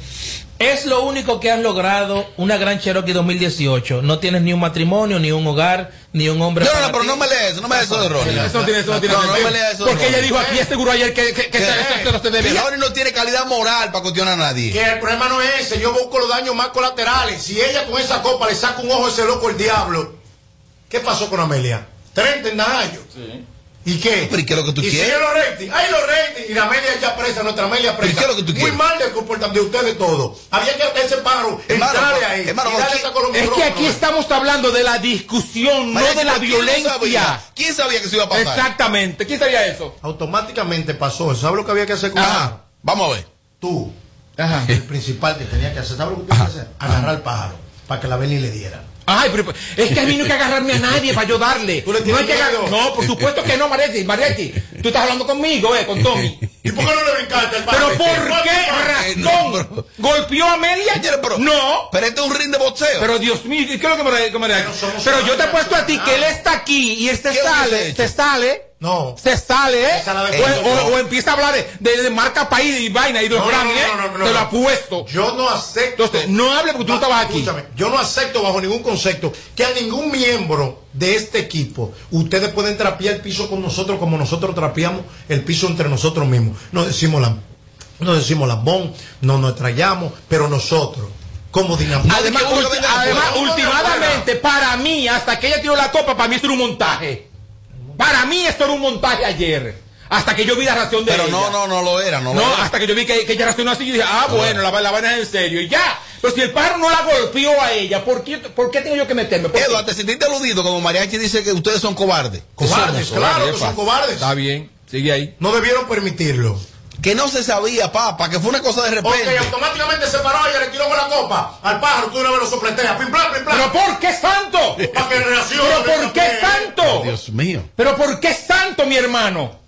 [SPEAKER 17] Es lo único que has logrado una gran Cherokee 2018. No tienes ni un matrimonio, ni un hogar, ni un hombre.
[SPEAKER 3] No, no,
[SPEAKER 17] para
[SPEAKER 3] no, pero
[SPEAKER 17] ti".
[SPEAKER 3] no me lees eso, no me lees eso de Ronnie.
[SPEAKER 17] Eso no tiene- eso no tiene
[SPEAKER 3] no
[SPEAKER 17] sentido.
[SPEAKER 3] me lees eso de
[SPEAKER 6] Porque ella
[SPEAKER 3] Ronnie.
[SPEAKER 6] dijo aquí, seguro ayer, que, que, que
[SPEAKER 3] Que-
[SPEAKER 6] se- eso no se debía.
[SPEAKER 3] que Ronnie no tiene calidad moral para cuestionar a nadie.
[SPEAKER 7] Que el problema no es ese, yo busco los daños más colaterales. Si ella con esa copa le saca un ojo a ese loco el diablo, ¿qué pasó con Amelia? 30 en Najayo. ¿Y qué?
[SPEAKER 3] ¿Pero y qué es lo que tú
[SPEAKER 7] y
[SPEAKER 3] quieres?
[SPEAKER 7] siguen los ratings, hay los ratings. Y la Amelia ya presa, nuestra Amelia presa. Muy mal el comportamiento de ustedes todos. Había que hacer ese paro,
[SPEAKER 6] Hermano,
[SPEAKER 7] entrarle ahí.
[SPEAKER 6] hermano,
[SPEAKER 7] y darle
[SPEAKER 6] aquí-
[SPEAKER 7] esa colombiana.
[SPEAKER 6] es que aquí estamos hablando de la discusión, no
[SPEAKER 7] Mariachi,
[SPEAKER 6] de la
[SPEAKER 7] ¿pero quién lo
[SPEAKER 6] violencia.
[SPEAKER 7] sabía?
[SPEAKER 3] ¿Quién sabía que se iba a
[SPEAKER 7] pasar?
[SPEAKER 6] Exactamente. ¿Quién sabía eso?
[SPEAKER 7] Automáticamente pasó. ¿Sabes lo que había que hacer con
[SPEAKER 6] Ajá.
[SPEAKER 3] Vamos a ver.
[SPEAKER 7] Tú, el principal que tenía que hacer, ¿sabes lo que tenía que hacer? Agarrar al pájaro para que la Beli le diera.
[SPEAKER 6] Ay, pero es que a mí no hay que agarrarme a nadie para yo darle. No, hay que agar- no, por supuesto que no, Mariachi. Mariachi, tú estás hablando conmigo, eh, con Tommy.
[SPEAKER 7] ¿Y por qué no le brincaste al
[SPEAKER 6] ¿Pero
[SPEAKER 7] pájaro?
[SPEAKER 6] por
[SPEAKER 3] Eh,
[SPEAKER 6] qué
[SPEAKER 3] no,
[SPEAKER 6] razón? ¿Golpeó a Melia? no.
[SPEAKER 3] Pero este es un ring de boxeo.
[SPEAKER 6] Pero Dios mío, ¿qué es lo que me, que me- Pero yo te he puesto a ti que él está aquí y él se
[SPEAKER 7] ¿Qué hubiese
[SPEAKER 6] sale,
[SPEAKER 7] hecho?
[SPEAKER 6] se sale.
[SPEAKER 7] No.
[SPEAKER 6] Se sale, ¿eh?
[SPEAKER 7] Esa la de-
[SPEAKER 6] o, o-
[SPEAKER 7] No.
[SPEAKER 6] o empieza a hablar de, de- de marca país y vaina y de
[SPEAKER 7] No, no,
[SPEAKER 6] Grammy,
[SPEAKER 7] no,
[SPEAKER 6] ¿eh?
[SPEAKER 7] no, no, no,
[SPEAKER 6] Te
[SPEAKER 7] no.
[SPEAKER 6] lo apuesto.
[SPEAKER 7] Yo no acepto.
[SPEAKER 6] Entonces, no hable porque tú no estabas aquí.
[SPEAKER 7] Escúchame, yo no acepto bajo ningún concepto que a ningún miembro de este equipo ustedes pueden trapear el piso con nosotros como nosotros trapeamos el piso entre nosotros mismos. Nos decimos la, nos decimos lambón, no nos trayamos, pero nosotros
[SPEAKER 2] como dinamita.
[SPEAKER 6] Además,
[SPEAKER 2] Porque uno
[SPEAKER 6] ulti-
[SPEAKER 2] lo vende de
[SPEAKER 6] además,
[SPEAKER 2] afuera, uno lo vende de
[SPEAKER 6] últimamente, para mí, hasta que ella tiró la copa, para mí eso era un montaje. Para mí eso era un montaje ayer. Hasta que yo vi la reacción de
[SPEAKER 3] Pero
[SPEAKER 6] ella.
[SPEAKER 3] no, no, no lo era, no lo era.
[SPEAKER 6] hasta que yo vi que, que ella reaccionó así, yo dije, ah,
[SPEAKER 3] No.
[SPEAKER 6] bueno, la, la vaina es en serio. Y ya. Pero si el pájaro no la golpeó a ella, ¿por qué, por qué tengo yo que meterme? ¿Por qué?
[SPEAKER 3] Eduardo, te sentiste aludido como Mariachi dice que ustedes son cobardes.
[SPEAKER 6] Cobardes, claro que son cobardes.
[SPEAKER 3] Está
[SPEAKER 6] bien, sigue ahí.
[SPEAKER 2] No debieron permitirlo.
[SPEAKER 3] Que no se sabía, papá, que fue una cosa de repente.
[SPEAKER 2] Ok, automáticamente se paró y le tiró con la copa al pájaro. Tú una vez lo sopleteas. Pim, plan, pim, plan.
[SPEAKER 6] ¿Pero por qué santo?
[SPEAKER 2] Para que reaccione.
[SPEAKER 6] ¿Pero por qué
[SPEAKER 2] también.
[SPEAKER 6] santo?
[SPEAKER 3] Dios mío.
[SPEAKER 6] ¿Pero por qué santo, mi hermano?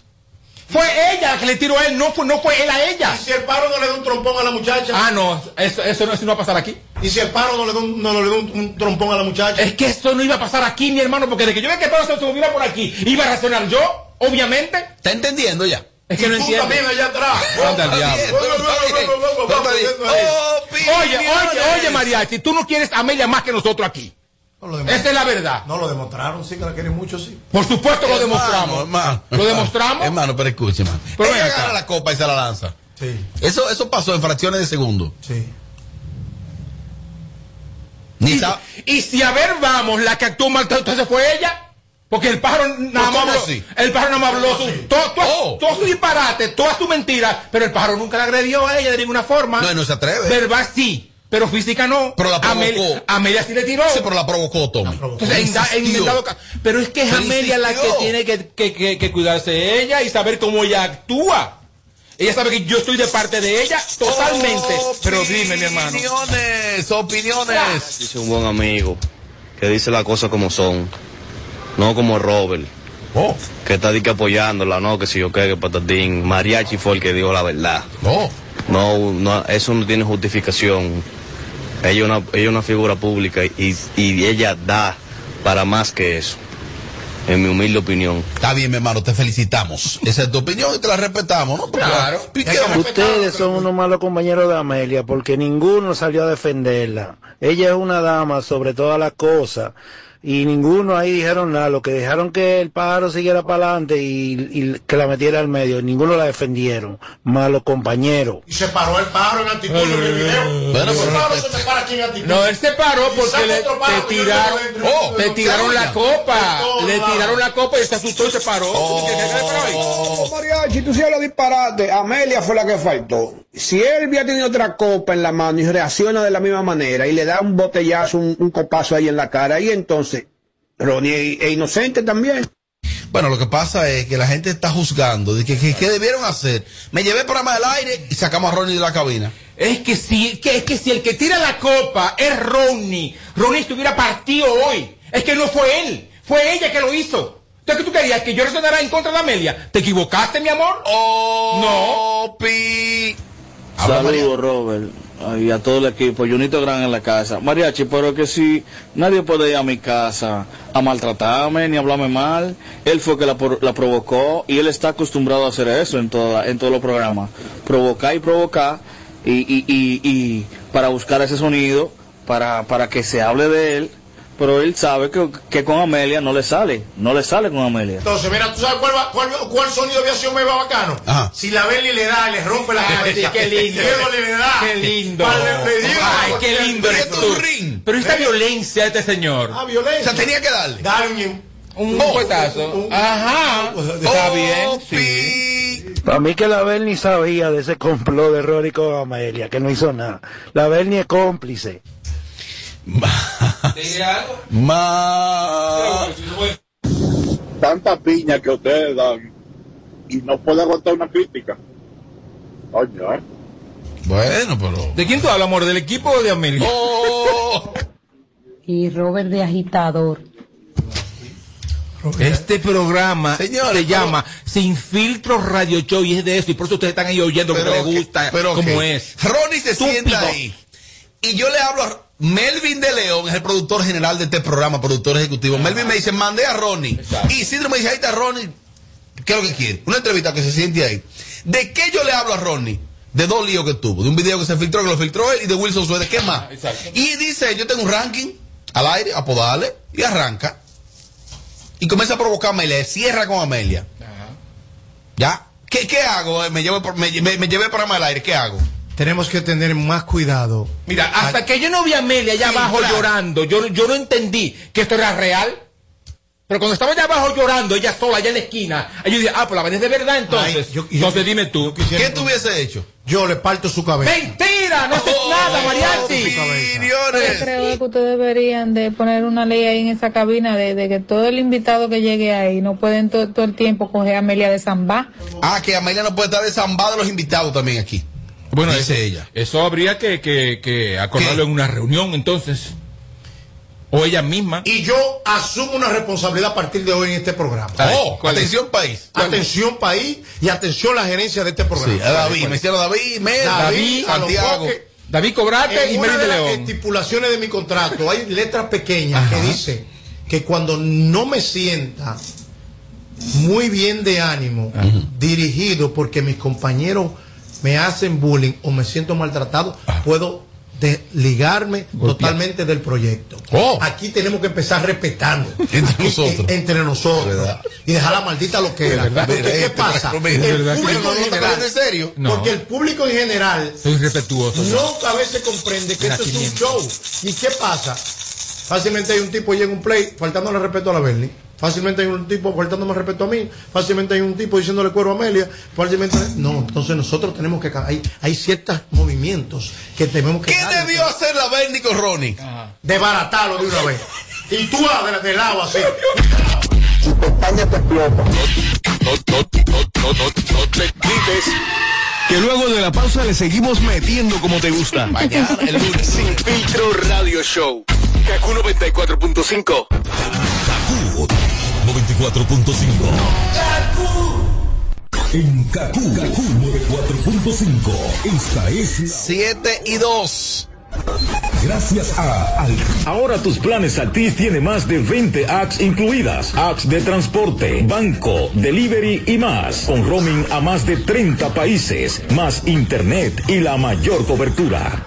[SPEAKER 6] Fue ella la que le tiró a él, no fue, no fue él a ella.
[SPEAKER 2] ¿Y si el paro no le da un trompón a la muchacha?
[SPEAKER 6] Ah, no, eso, eso no, eso no va a pasar aquí.
[SPEAKER 2] ¿Y si el paro no le da un, no le da un, un trompón a la muchacha?
[SPEAKER 6] Es que esto no iba a pasar aquí, mi hermano, porque desde que yo veía que el paro se subiera por aquí, iba a reaccionar yo, obviamente.
[SPEAKER 3] ¿Está entendiendo ya? Ah,
[SPEAKER 6] Es que no
[SPEAKER 2] Y tú
[SPEAKER 6] entiendo.
[SPEAKER 2] también allá atrás.
[SPEAKER 6] Anda al diablo. Oye, oye, oye, Mariachi, tú no quieres a Amelia más que nosotros aquí. Esa es la verdad.
[SPEAKER 2] No lo demostraron, sí, que la quieren mucho, sí.
[SPEAKER 6] Por supuesto que lo demostramos.
[SPEAKER 3] hermano.
[SPEAKER 6] Lo demostramos.
[SPEAKER 3] Hermano, pero escuche, hermano.
[SPEAKER 6] Pero
[SPEAKER 3] Ella
[SPEAKER 6] ven acá.
[SPEAKER 3] gana la copa y se la lanza.
[SPEAKER 2] Sí.
[SPEAKER 3] Eso, eso pasó en fracciones de segundo.
[SPEAKER 2] Sí.
[SPEAKER 3] Ni sa-
[SPEAKER 6] Y si a ver vamos, la que actuó mal, entonces fue ella. Porque el pájaro nada más
[SPEAKER 3] ¿Cómo
[SPEAKER 6] habló.
[SPEAKER 3] así? Oh.
[SPEAKER 6] El pájaro nada más habló su, todo, todo- todo su disparate, toda su mentira, pero el pájaro nunca la agredió a ella de ninguna forma.
[SPEAKER 3] No, y no se atreve.
[SPEAKER 6] Verbal sí, pero física no.
[SPEAKER 3] Pero la provocó.
[SPEAKER 6] Amelia, Amelia sí le tiró.
[SPEAKER 3] Sí, pero la provocó, Tommy.
[SPEAKER 6] Entonces, en da- en
[SPEAKER 3] Insistió.
[SPEAKER 6] dado ca- pero es que es
[SPEAKER 3] Pero
[SPEAKER 6] Amelia la que
[SPEAKER 3] insistió.
[SPEAKER 6] tiene que, que- que- que cuidarse ella y saber cómo ella actúa. Ella sabe que yo estoy de parte de ella totalmente. Pero dime, mi hermano.
[SPEAKER 3] Oh, Opiniones, opiniones.
[SPEAKER 1] Dice un buen amigo que dice las cosas como son, no como Robert. Que está di que apoyándola, no, que si yo qué, que patatín. Mariachi fue el que dijo la verdad. No, no, eso no tiene justificación. Ella es una, ella es una figura pública y, y ella da para más que eso. En mi humilde opinión.
[SPEAKER 3] Está bien, mi hermano, te felicitamos. Esa es tu opinión y te la respetamos, ¿no? Claro.
[SPEAKER 7] Ustedes son unos malos compañeros de Amelia porque ninguno salió a defenderla. Ella es una dama sobre todas las cosas y ninguno ahí dijeron nada. Lo que dejaron que el pájaro siguiera para adelante y, y que la metiera al medio, ninguno la defendieron. Malos compañeros.
[SPEAKER 2] Y se paró el pájaro en actitud en el video.
[SPEAKER 7] Bueno,
[SPEAKER 2] Ese
[SPEAKER 7] pero-
[SPEAKER 2] pájaro Este se te para aquí en actitud.
[SPEAKER 6] No, él se paró
[SPEAKER 2] Y saca
[SPEAKER 6] porque le,
[SPEAKER 2] otro pájaro
[SPEAKER 6] te
[SPEAKER 2] que yo
[SPEAKER 6] tiraron,
[SPEAKER 2] le doy
[SPEAKER 6] oh,
[SPEAKER 2] dentro.
[SPEAKER 6] te tiraron la copa, le tiraron la copa y se asustó y se paró.
[SPEAKER 2] Oh.
[SPEAKER 9] Mariachi, tú sí hablas disparate. Amelia fue la que faltó. Si él hubiera tenido otra copa en la mano y reacciona de la misma manera y le da un botellazo, un, un copazo ahí en la cara, y entonces Ronnie es inocente también.
[SPEAKER 3] Bueno, lo que pasa es que la gente está juzgando de que, que- que debieron hacer. Me llevé el programa del aire y sacamos a Ronnie de la cabina.
[SPEAKER 6] Es que si, que, es que si el que tira la copa es Ronnie, Ronnie estuviera partido hoy. Es que no fue él, fue ella que lo hizo. Entonces, ¿qué tú querías? ¿Que yo resonara en contra de Amelia? ¿Te equivocaste, mi amor? no.
[SPEAKER 9] Saludos, Robert, y a todo el equipo. Junito Gran en la casa. Mariachi, pero que si nadie puede ir a mi casa a maltratarme ni hablarme mal. Él fue que la, por- la provocó y él está acostumbrado a hacer eso en, toda, en todos los programas. Provocar y provocar y, y- y- y para buscar ese sonido, para, para que se hable de él. Pero él sabe que, que con Amelia no le sale. No le sale con Amelia.
[SPEAKER 2] Entonces, mira, ¿tú sabes cuál, va- cuál, cuál sonido había sido más bacano? Si la Beli le da, le rompe la
[SPEAKER 6] Ay,
[SPEAKER 2] cabeza.
[SPEAKER 6] qué lindo.
[SPEAKER 2] Diego le da.
[SPEAKER 6] Qué lindo.
[SPEAKER 2] Vale, le dio.
[SPEAKER 6] Ay, qué lindo eres tú. Pero esta violencia de este señor.
[SPEAKER 2] Ah, violencia.
[SPEAKER 3] O sea, tenía que darle.
[SPEAKER 2] Darle un...
[SPEAKER 6] Un
[SPEAKER 2] Oh.
[SPEAKER 6] puetazo. Ajá. Está bien. Sí.
[SPEAKER 7] Para mí que la Bernie sabía de ese complot de Rory con Amelia, que no hizo nada. La Bernie es cómplice.
[SPEAKER 3] Más.
[SPEAKER 32] Tanta piña que ustedes dan y no puede aguantar una crítica. Coño, ¿eh?
[SPEAKER 3] Bueno, pero.
[SPEAKER 6] ¿De quién tú hablas, amor? ¿Del equipo o de Amelia?
[SPEAKER 14] Y Robert de agitador.
[SPEAKER 6] Este programa se llama Sin Filtro Radio Show y es de eso. Y por eso ustedes están ahí oyendo lo que les gusta,
[SPEAKER 3] pero
[SPEAKER 6] como
[SPEAKER 3] que-
[SPEAKER 6] es.
[SPEAKER 3] Ronnie se
[SPEAKER 6] Estúpido.
[SPEAKER 3] sienta ahí. Y yo le hablo a Melvin de León, es el productor general de este programa, productor ejecutivo. Melvin me dice, mandé a Ronnie. Y Isidro me dice, ahí está Ronnie. ¿Qué es lo que quiere? Una entrevista que se siente ahí. ¿De qué yo le hablo a Ronnie? De dos líos que tuvo. De un video que se filtró, que lo filtró él, y de Wilson Suárez. ¿Qué más? Y dice, yo tengo un ranking al aire, apodale, y arranca. Y comienza a provocar a Amelia, cierra con Amelia. ¿Ya? ¿Qué, qué hago? Eh, Me, llevo, por- me, me- me llevé el programa al aire, ¿qué hago?
[SPEAKER 33] tenemos que tener más cuidado.
[SPEAKER 6] Mira, hasta que yo no vi a Amelia allá abajo llorando, yo, yo no entendí que esto era real. Pero cuando estaba allá abajo llorando, ella sola, allá en la esquina, ahí yo dije, ah, pues la venés de verdad entonces. entonces dime tú.
[SPEAKER 3] ¿Qué tú hubiese hecho?
[SPEAKER 33] Yo le parto su cabeza.
[SPEAKER 6] ¡Mentira! ¡No haces
[SPEAKER 18] Oh,
[SPEAKER 6] nada, mariachi!
[SPEAKER 13] Yo creo que ustedes deberían de poner una ley ahí en esa cabina de, de que todo el invitado que llegue ahí no pueden to- todo el tiempo coger a Amelia de Zambá.
[SPEAKER 3] Ah, que Amelia no puede estar de zambada los invitados también aquí.
[SPEAKER 6] Bueno, eso,
[SPEAKER 3] dice ella.
[SPEAKER 6] Eso habría que, que, que acordarlo en una reunión, entonces. O ella misma.
[SPEAKER 7] Y yo asumo una responsabilidad a partir de hoy en este programa.
[SPEAKER 6] Ay, ¿cuál es?
[SPEAKER 7] país. Atención país y atención la gerencia de este programa.
[SPEAKER 3] Sí, a David, me hicieron David, Mel, David,
[SPEAKER 7] a los
[SPEAKER 3] Santiago.
[SPEAKER 7] Foques.
[SPEAKER 6] David Cobrate
[SPEAKER 7] En
[SPEAKER 6] y
[SPEAKER 7] una
[SPEAKER 6] Mary
[SPEAKER 7] de
[SPEAKER 6] de
[SPEAKER 7] las
[SPEAKER 6] León.
[SPEAKER 7] estipulaciones de mi contrato hay letras pequeñas que dice que cuando no me sienta muy bien de ánimo, dirigido porque mis compañeros me hacen bullying o me siento maltratado,
[SPEAKER 3] Ah.
[SPEAKER 7] puedo desligarme totalmente del proyecto.
[SPEAKER 3] Oh.
[SPEAKER 7] Aquí tenemos que empezar respetando entre nosotros, entre nosotros y dejar la maldita lo que era.
[SPEAKER 3] Es verdad.
[SPEAKER 7] Porque,
[SPEAKER 3] Mira,
[SPEAKER 7] ¿Qué
[SPEAKER 3] este
[SPEAKER 7] pasa?
[SPEAKER 3] maestro, mira,
[SPEAKER 7] El
[SPEAKER 3] es verdad que
[SPEAKER 7] público
[SPEAKER 3] no lo
[SPEAKER 7] en
[SPEAKER 3] está
[SPEAKER 7] general,
[SPEAKER 3] cogiendo en serio. No.
[SPEAKER 7] porque el público en general
[SPEAKER 6] Soy respetuoso.
[SPEAKER 7] no a veces comprende que
[SPEAKER 6] Mira,
[SPEAKER 7] esto es un
[SPEAKER 6] 500.
[SPEAKER 7] show. ¿Y qué pasa? Fácilmente hay un tipo llega a un play faltándole respeto a la Bernie. Fácilmente hay un tipo faltándome respeto a mí. Fácilmente hay un tipo diciéndole cuero a Amelia. Fácilmente. No, entonces nosotros tenemos que. ca- Hay, hay ciertos movimientos que tenemos que.
[SPEAKER 3] ¿Qué debió hacer la Bernie con Ronnie?
[SPEAKER 7] Desbaratarlo de una vez. Y tú ah, de, de lado así.
[SPEAKER 1] No, no, no, no, no, no te quites.
[SPEAKER 34] Que luego de la pausa le seguimos metiendo como te gusta.
[SPEAKER 1] Mañana, el lunes. Sin filtro radio show. Kaku 94.5.
[SPEAKER 35] 94.5. En Kaku, Kaku 94.5. Esta es
[SPEAKER 3] 7 y 2.
[SPEAKER 35] Gracias a Ahora tus planes Altis tiene más de 20 apps incluidas. Apps de transporte, banco, delivery y más. Con roaming a más de 30 países, más internet y la mayor cobertura.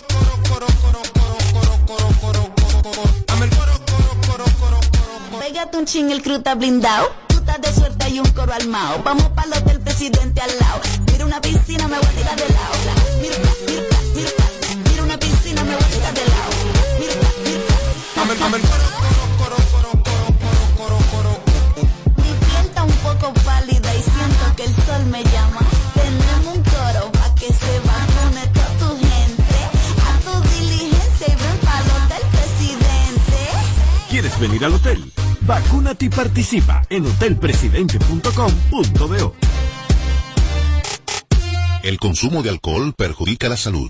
[SPEAKER 22] Pégate un ching, el crew está blindado. Tú estás de suerte y un coro armado. Vamos para los del presidente al lado. Mira una piscina, me voy a tirar de lado. Mira, mira, mira, mira una piscina, me voy a tirar de lado. Mira, mira, mira. Mi piel está un poco pálida y siento que el sol me llama. Tenemos un coro pa' que se vacune toda tu gente. A tu diligencia y ven pa' los del presidente.
[SPEAKER 35] ¿Quieres venir al hotel? Vacúnate y participa en hotelpresidente.com.do.
[SPEAKER 36] El consumo de alcohol perjudica la salud.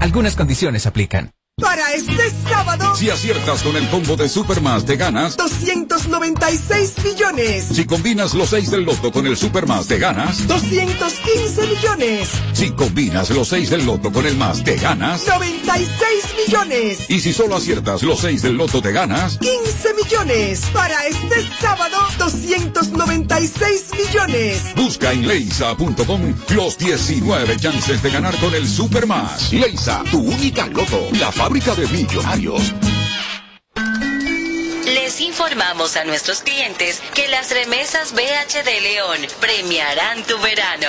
[SPEAKER 17] Algunas condiciones aplican.
[SPEAKER 16] Para este sábado,
[SPEAKER 35] Si aciertas con el combo de Supermas, te ganas.
[SPEAKER 16] 296 millones.
[SPEAKER 35] Si combinas los 6 del loto con el Supermas, te ganas.
[SPEAKER 16] 215 millones.
[SPEAKER 35] Si combinas los 6 del loto con el más, te ganas.
[SPEAKER 16] 96 millones.
[SPEAKER 35] Y si solo aciertas los 6 del loto, te ganas.
[SPEAKER 16] 15 millones. Para este sábado, 296 millones.
[SPEAKER 35] Busca en leisa.com los 19 chances de ganar con el Supermas. Leisa, tu única loto, la fábrica de millonarios.
[SPEAKER 37] Les informamos a nuestros clientes que las remesas BH de León premiarán tu verano.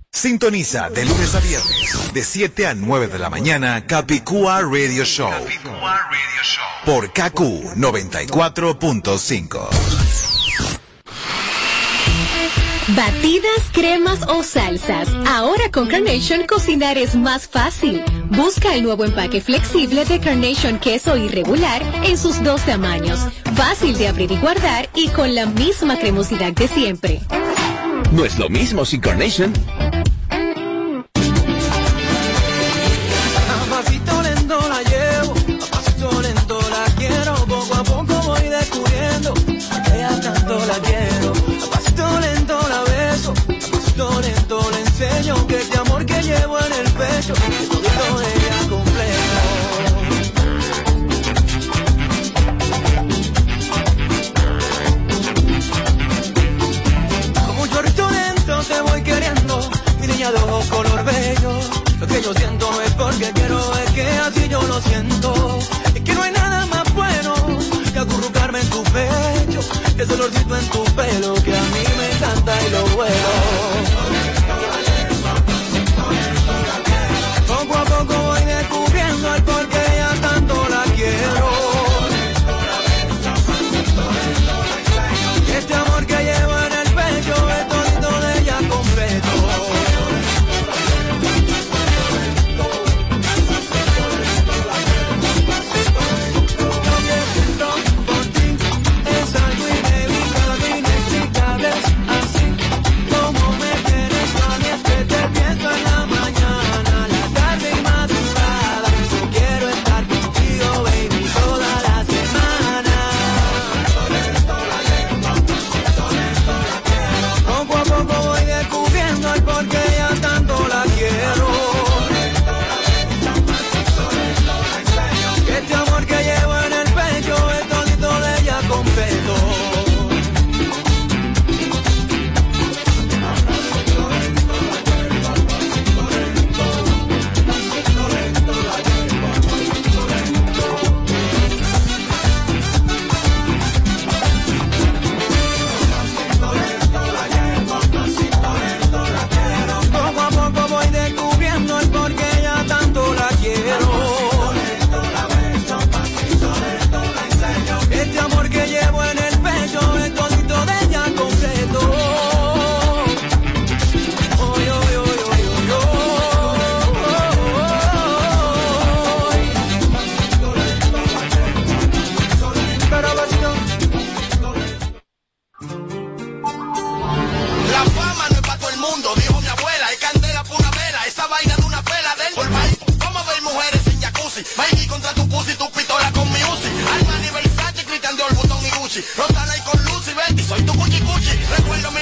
[SPEAKER 18] Sintoniza de lunes a viernes, de 7 a 9 de la mañana, Capicua Radio Show. Por KQ 94.5.
[SPEAKER 25] Ah, Batidas, cremas o salsas. Ahora con Carnation cocinar es más fácil. Busca el nuevo empaque flexible de Carnation queso irregular en sus dos tamaños. Fácil de abrir y guardar y con la misma cremosidad de siempre.
[SPEAKER 38] No es lo mismo sin Carnation.
[SPEAKER 39] A pasito lento la llevo, a pasito lento la quiero, poco a poco voy descubriendo que a tanto la quiero. A pasito lento la beso, a pasito lento le enseño que este amor que llevo en el pecho es todo de ella completo. Como yo ahorita lento te voy queriendo, mi niña de ojos color bello. Lo que yo siento es porque quiero, es que así yo lo siento. Es que no hay nada más bueno que acurrucarme en tu pecho, ese olorcito en tu pelo que a mí me encanta y lo vuelo. Poco a poco voy descubriendo el por qué ya tanto la quiero. Este amor que llevo en el pecho es todito de ella completo. Lo que siento por ti es algo inevitable, inexplicable. Así como me tienes a mí es que te pienso en la mañana, la tarde y madrugada. Yo quiero estar contigo, baby, toda la semana. Poco a poco voy descubriendo el por qué ya tanto la quiero. Que este amor que llevo en el pecho es todito de ella completo. Poco a poco voy descubriendo el por qué ya tanto la quiero. Este amor que llevo en el pecho es todito de ella completo. Oy, oy, oy, oy, oy, oy. Pero vacío.
[SPEAKER 6] La fama no es para todo el mundo, dijo mi abuela. Es candela por una vela, esa vaina de una pela del por país. Vamos a ver mujeres en jacuzzi. Mikey contra tu pussy, tu pistola con mi Uzi. Alma Versace, Cristian de Butón y Gucci. Rosana y con Lucy, Betty, soy tu cuchi cuchi. Recuerdo mi